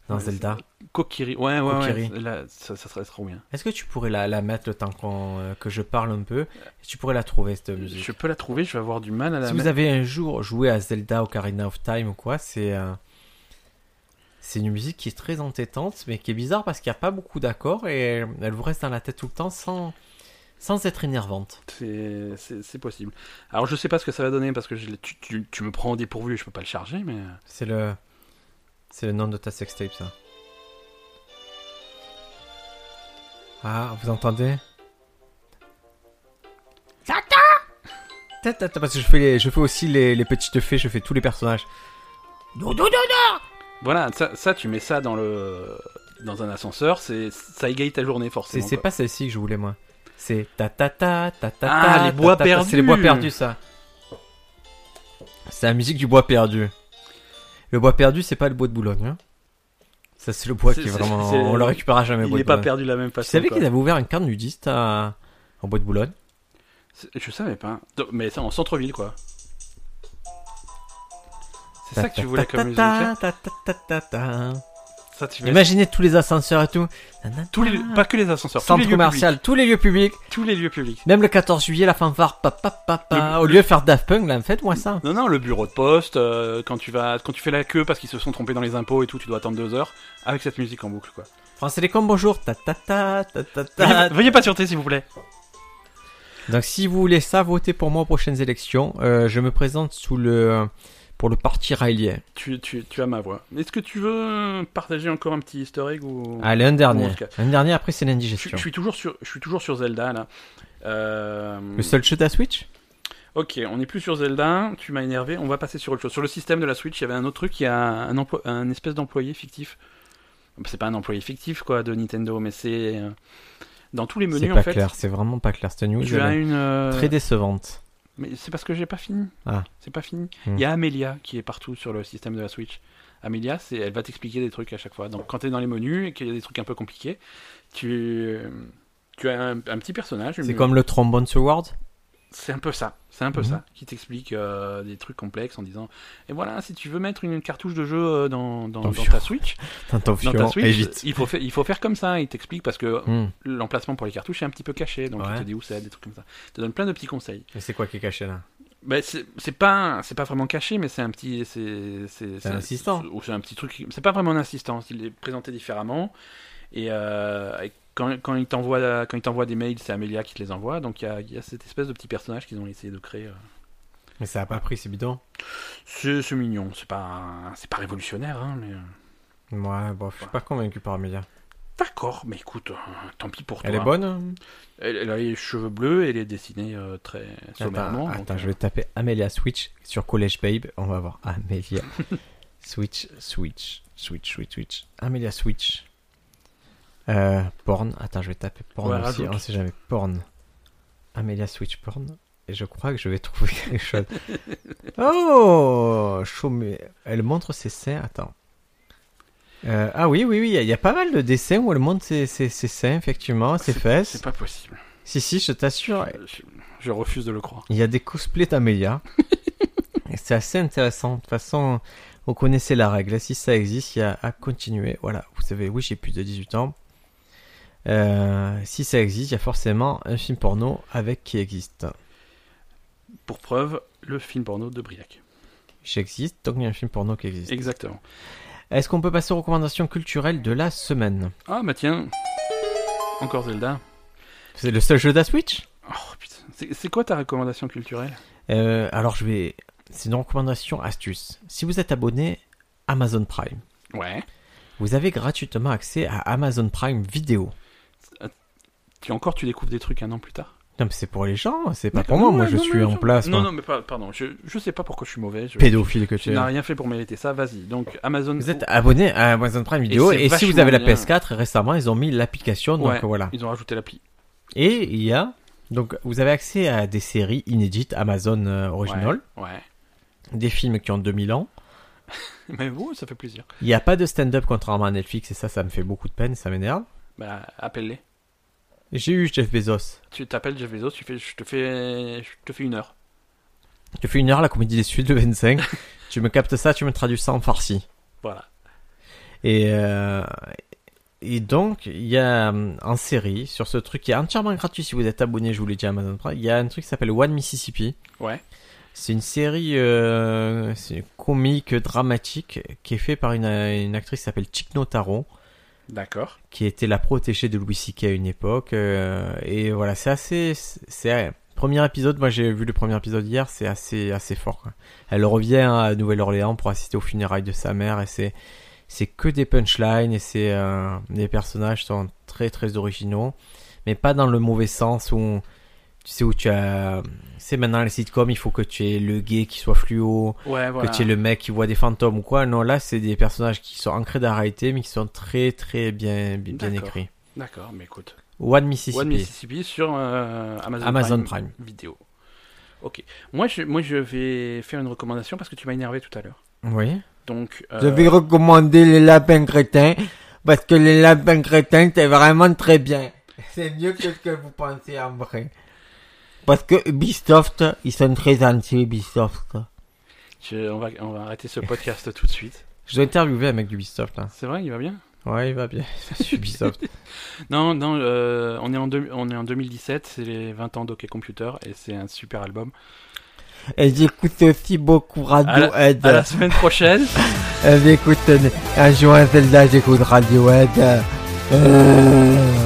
Speaker 2: dans
Speaker 1: Ouais,
Speaker 2: Zelda.
Speaker 1: Kokiri. Ouais, ouais,
Speaker 2: Kokiri.
Speaker 1: ouais. Là, ça, ça serait trop bien.
Speaker 2: Est-ce que tu pourrais la, la mettre le temps qu'on, euh, que je parle un peu Tu pourrais la trouver, cette musique.
Speaker 1: Je peux la trouver, je vais avoir du mal à la
Speaker 2: Si
Speaker 1: mettre.
Speaker 2: vous avez un jour joué à Zelda Ocarina of Time ou quoi, c'est euh, c'est une musique qui est très entêtante, mais qui est bizarre parce qu'il n'y a pas beaucoup d'accords et elle vous reste dans la tête tout le temps sans, sans être énervante.
Speaker 1: C'est- C'est c'est possible. Alors je sais pas ce que ça va donner parce que je l'ai- tu, tu- tu me prends au dépourvu et je peux pas le charger, mais.
Speaker 2: C'est le. C'est le nom de ta sextape, ça. Ah, vous entendez
Speaker 3: Tata
Speaker 2: Tête, tête, Parce que je fais, les- je fais aussi les, les petites fées, je fais tous les personnages.
Speaker 3: Doudou doudou
Speaker 1: Voilà, ça, ça, tu mets ça dans le dans un ascenseur, c'est ça égaye ta journée
Speaker 2: C'est
Speaker 1: forcément.
Speaker 2: c'est
Speaker 1: quoi.
Speaker 2: pas celle-ci que je voulais, moi. C'est ta ta ta ta ta
Speaker 1: Ah,
Speaker 2: ta,
Speaker 1: les
Speaker 2: ta,
Speaker 1: bois
Speaker 2: ta, ta. C'est les
Speaker 1: perdus.
Speaker 2: bois perdus, ça. C'est la musique du bois perdu. Le bois perdu, c'est pas le bois de Boulogne. hein. Ça, c'est le bois
Speaker 1: C'est-
Speaker 2: qui est
Speaker 1: c'est-
Speaker 2: vraiment.
Speaker 1: c'est-
Speaker 2: On le récupérera jamais, le
Speaker 1: Il
Speaker 2: bois
Speaker 1: n'est
Speaker 2: de
Speaker 1: pas
Speaker 2: Boulogne.
Speaker 1: perdu de la même
Speaker 2: Tu
Speaker 1: façon.
Speaker 2: savais
Speaker 1: quoi.
Speaker 2: qu'ils avaient ouvert un camp nudiste à... en bois de Boulogne
Speaker 1: C'est- Je savais pas. Donc, Mais c'est en centre-ville quoi. C'est ça que tu voulais comme musique. hein Ça tu mets-
Speaker 2: Imaginez tous les ascenseurs et tout.
Speaker 1: tous les pas que les ascenseurs, tous les
Speaker 2: Centre
Speaker 1: lieux
Speaker 2: commercial, tous les lieux publics.
Speaker 1: publics, tous les lieux publics.
Speaker 2: Même le 14 juillet, la fanfare. pa, pa, pa, pa.
Speaker 1: Le-
Speaker 2: Au lieu de faire Daft Punk, là, faites-moi ça.
Speaker 1: Non non, le bureau de poste euh, quand tu vas quand tu fais la queue parce qu'ils se sont trompés dans les impôts et tout, tu dois attendre deux heures avec cette musique en boucle quoi.
Speaker 2: France Télécom, bonjour. Ta, ta, ta, ta, ta, ta.
Speaker 1: Veuillez, veuillez patienter s'il vous plaît.
Speaker 2: Donc, si vous voulez ça, votez pour moi aux prochaines élections. Euh, je me présente sous le... pour le parti railien.
Speaker 1: Tu, tu, tu as ma voix. Est-ce que tu veux partager encore un petit historique ou...
Speaker 2: Allez, un
Speaker 1: Ou en
Speaker 2: dernier.
Speaker 1: tout cas-
Speaker 2: Un dernier, après, c'est
Speaker 1: je, je
Speaker 2: l'indigestion.
Speaker 1: suis toujours sur, je suis toujours sur Zelda là. Euh,
Speaker 2: Le seul jeu de la Switch
Speaker 1: Ok, on n'est plus sur Zelda. Tu m'as énervé. On va passer sur autre chose. Sur le système de la Switch, il y avait un autre truc. Il y a un, emploi, un espèce d'employé fictif. Bah, C'est pas un employé fictif quoi de Nintendo, mais c'est euh, dans tous les
Speaker 2: C'est
Speaker 1: menus en
Speaker 2: pas
Speaker 1: fait.
Speaker 2: clair, c'est vraiment pas clair cette news.
Speaker 1: Tu
Speaker 2: elle
Speaker 1: as
Speaker 2: est
Speaker 1: une. euh,
Speaker 2: Très décevante.
Speaker 1: Mais c'est parce que j'ai pas fini.
Speaker 2: Ah.
Speaker 1: C'est pas fini. Il
Speaker 2: Hmm.
Speaker 1: y a Amelia qui est partout sur le système de la Switch. Amelia, c'est, elle va t'expliquer des trucs à chaque fois. Donc quand tu es dans les menus et qu'il y a des trucs un peu compliqués, tu, tu as un, un petit personnage.
Speaker 2: C'est
Speaker 1: une-
Speaker 2: comme le trombone Sword
Speaker 1: C'est un peu ça. C'est un peu
Speaker 2: Mhm.
Speaker 1: ça qui t'explique euh, des trucs complexes en disant et voilà si tu veux mettre une cartouche de jeu euh, dans, dans, dans
Speaker 2: Dans le
Speaker 1: ta Switch,
Speaker 2: Dans ton
Speaker 1: dans ta
Speaker 2: fion,
Speaker 1: Switch,
Speaker 2: et vite.
Speaker 1: il faut faire il faut faire comme ça. Il t'explique parce que
Speaker 2: Hmm.
Speaker 1: l'emplacement pour les cartouches est un petit peu caché donc il
Speaker 2: Ouais.
Speaker 1: te dit où c'est des trucs comme ça. Il te donne plein de petits conseils.
Speaker 2: Mais c'est quoi qui est caché là
Speaker 1: Ben, c'est c'est pas c'est pas vraiment caché mais c'est un petit c'est c'est
Speaker 2: un assistant.
Speaker 1: c'est- ou c'est un petit truc qui- c'est pas vraiment un assistant il est présenté différemment et euh, et quand, quand il t'envoie quand il t'envoie des mails c'est Amelia qui te les envoie donc il y a, il y a cette espèce de petit personnage qu'ils ont essayé de créer euh.
Speaker 2: Mais ça a pas pris, c'est bidon.
Speaker 1: c'est c'est mignon c'est pas c'est pas révolutionnaire hein, mais euh,
Speaker 2: Ouais, bon, je suis pas convaincu par Amelia.
Speaker 1: d'accord mais écoute euh, tant pis pour toi
Speaker 2: Elle est bonne hein
Speaker 1: elle, elle a les cheveux bleus et elle est dessinée euh, très sommairement
Speaker 2: Ah, Attends,
Speaker 1: donc,
Speaker 2: attends,
Speaker 1: euh,
Speaker 2: je vais taper Amelia Switch sur College Babe. On va voir Amelia Switch, Switch, Switch, Switch, Switch. Amelia Switch. Euh, porn. Attends, je vais taper porn
Speaker 1: Ouais,
Speaker 2: aussi.
Speaker 1: rajoute.
Speaker 2: On sait jamais. Porn. Amelia Switch porn. Et je crois que je vais trouver quelque chose. Oh chaud, mais Elle montre ses seins. Attends. Euh, ah oui, oui, oui. Il y, a- il y a pas mal de dessins où elle montre ses, ses- ses seins, effectivement, ses fesses.
Speaker 1: c'est pas possible
Speaker 2: Si, si, je t'assure.
Speaker 1: je, je refuse de le croire
Speaker 2: Il y a des cosplays d'Amelia. Et c'est assez intéressant. De toute façon, vous connaissez la règle. Si ça existe, il y a à continuer. Voilà, vous savez, oui, j'ai plus de 18 ans. Euh, si ça existe, il y a forcément un film porno avec qui existe.
Speaker 1: pour preuve le film porno de Briac
Speaker 2: J'existe, donc il y a un film porno qui existe.
Speaker 1: exactement
Speaker 2: Est-ce qu'on peut passer aux recommandations culturelles de la semaine
Speaker 1: Ah bah tiens, encore Zelda.
Speaker 2: C'est le seul jeu de la Switch
Speaker 1: Oh putain, c'est c'est quoi ta recommandation culturelle
Speaker 2: Euh, Alors, je vais. C'est une recommandation astuce. Si vous êtes abonné Amazon Prime,
Speaker 1: Ouais.
Speaker 2: vous avez gratuitement accès à Amazon Prime Vidéo.
Speaker 1: Tu encore tu découvres des trucs un an plus tard
Speaker 2: Non, mais c'est pour les gens, c'est pas
Speaker 1: D'accord.
Speaker 2: Bah, pour moi.
Speaker 1: Non,
Speaker 2: Moi,
Speaker 1: ouais,
Speaker 2: je
Speaker 1: non,
Speaker 2: suis
Speaker 1: non,
Speaker 2: en
Speaker 1: non.
Speaker 2: place.
Speaker 1: Non
Speaker 2: moi.
Speaker 1: non mais pas- pardon, je je sais pas pourquoi je suis mauvais. Je,
Speaker 2: Pédophile que tu
Speaker 1: tu
Speaker 2: es.
Speaker 1: n'as rien fait pour mériter ça. Vas-y. Donc Amazon.
Speaker 2: Vous êtes abonné à Amazon Prime Video
Speaker 1: c'est
Speaker 2: et, si vous
Speaker 1: vachement
Speaker 2: avez la
Speaker 1: bien.
Speaker 2: PS4, récemment, ils ont mis l'application. Donc
Speaker 1: Ouais.
Speaker 2: voilà.
Speaker 1: oh, Ils ont rajouté l'appli.
Speaker 2: Et il y a. Donc, vous avez accès à des séries inédites Amazon euh, original,
Speaker 1: Ouais.
Speaker 2: des films qui ont 2000 ans.
Speaker 1: Mais bon, ça fait plaisir.
Speaker 2: Il n'y a pas de stand-up contrairement à Netflix et ça, ça me fait beaucoup de peine, ça m'énerve.
Speaker 1: Bah appelle-les.
Speaker 2: J'ai eu Jeff Bezos.
Speaker 1: Tu t'appelles Jeff Bezos, tu fais, je te fais, je te fais une heure.
Speaker 2: Tu fais une heure la comédie des Suds le 25. tu me captes ça, tu me traduis ça en farci.
Speaker 1: Voilà.
Speaker 2: Et, euh, et donc, il y a hum, en série, sur ce truc qui est entièrement gratuit si vous êtes abonné, je vous l'ai dit à Amazon Prime, il y a un truc qui s'appelle One Mississippi.
Speaker 1: Ouais.
Speaker 2: C'est une série euh, c'est une comique, dramatique, qui est faite par une, une actrice qui s'appelle Chick Notaro,
Speaker 1: D'accord.
Speaker 2: qui était la protégée de Louis C.K. à une époque. euh, et voilà, c'est assez... c'est Premier épisode, moi j'ai vu le premier épisode hier, c'est assez assez fort. quoi. Elle revient à Nouvelle-Orléans pour assister aux funérailles de sa mère et c'est c'est que des punchlines et c'est euh, les personnages sont très très originaux, mais pas dans le mauvais sens où tu sais où tu as c'est maintenant les sitcoms, il faut que tu aies le gay qui soit fluo,
Speaker 1: Ouais, voilà.
Speaker 2: que tu aies le mec qui voit des fantômes ou quoi. Non, là c'est des personnages qui sont ancrés dans la réalité mais qui sont très très bien bien, bien
Speaker 1: D'accord.
Speaker 2: écrits.
Speaker 1: D'accord, mais écoute.
Speaker 2: One Mississippi.
Speaker 1: One Mississippi sur euh, Amazon,
Speaker 2: Amazon
Speaker 1: Prime,
Speaker 2: Prime.
Speaker 1: vidéo. Ok. Moi je, moi, je vais faire une recommandation parce que tu m'as énervé tout à l'heure.
Speaker 2: Oui.
Speaker 1: Donc. euh,
Speaker 2: Je vais recommander les lapins crétins parce que les lapins crétins c'est vraiment très bien. C'est mieux que ce que vous pensez en vrai. Parce que Ubisoft, ils sont très gentils, Ubisoft.
Speaker 1: je- on, va, on va arrêter ce podcast tout de suite.
Speaker 2: Je dois interviewer un mec d'Ubisoft là.
Speaker 1: C'est vrai, il va bien
Speaker 2: Ouais, il va bien. Ubisoft.
Speaker 1: Non, non, euh, on, est en deux- on est en 2017, c'est les 20 ans d'Ok Computer et c'est un super album.
Speaker 2: Et j'écoute aussi beaucoup
Speaker 1: À la-
Speaker 2: Radiohead.
Speaker 1: À la semaine prochaine
Speaker 2: Euh, J'écoute euh, en jouant à Zelda, j'écoute Radiohead. Euh...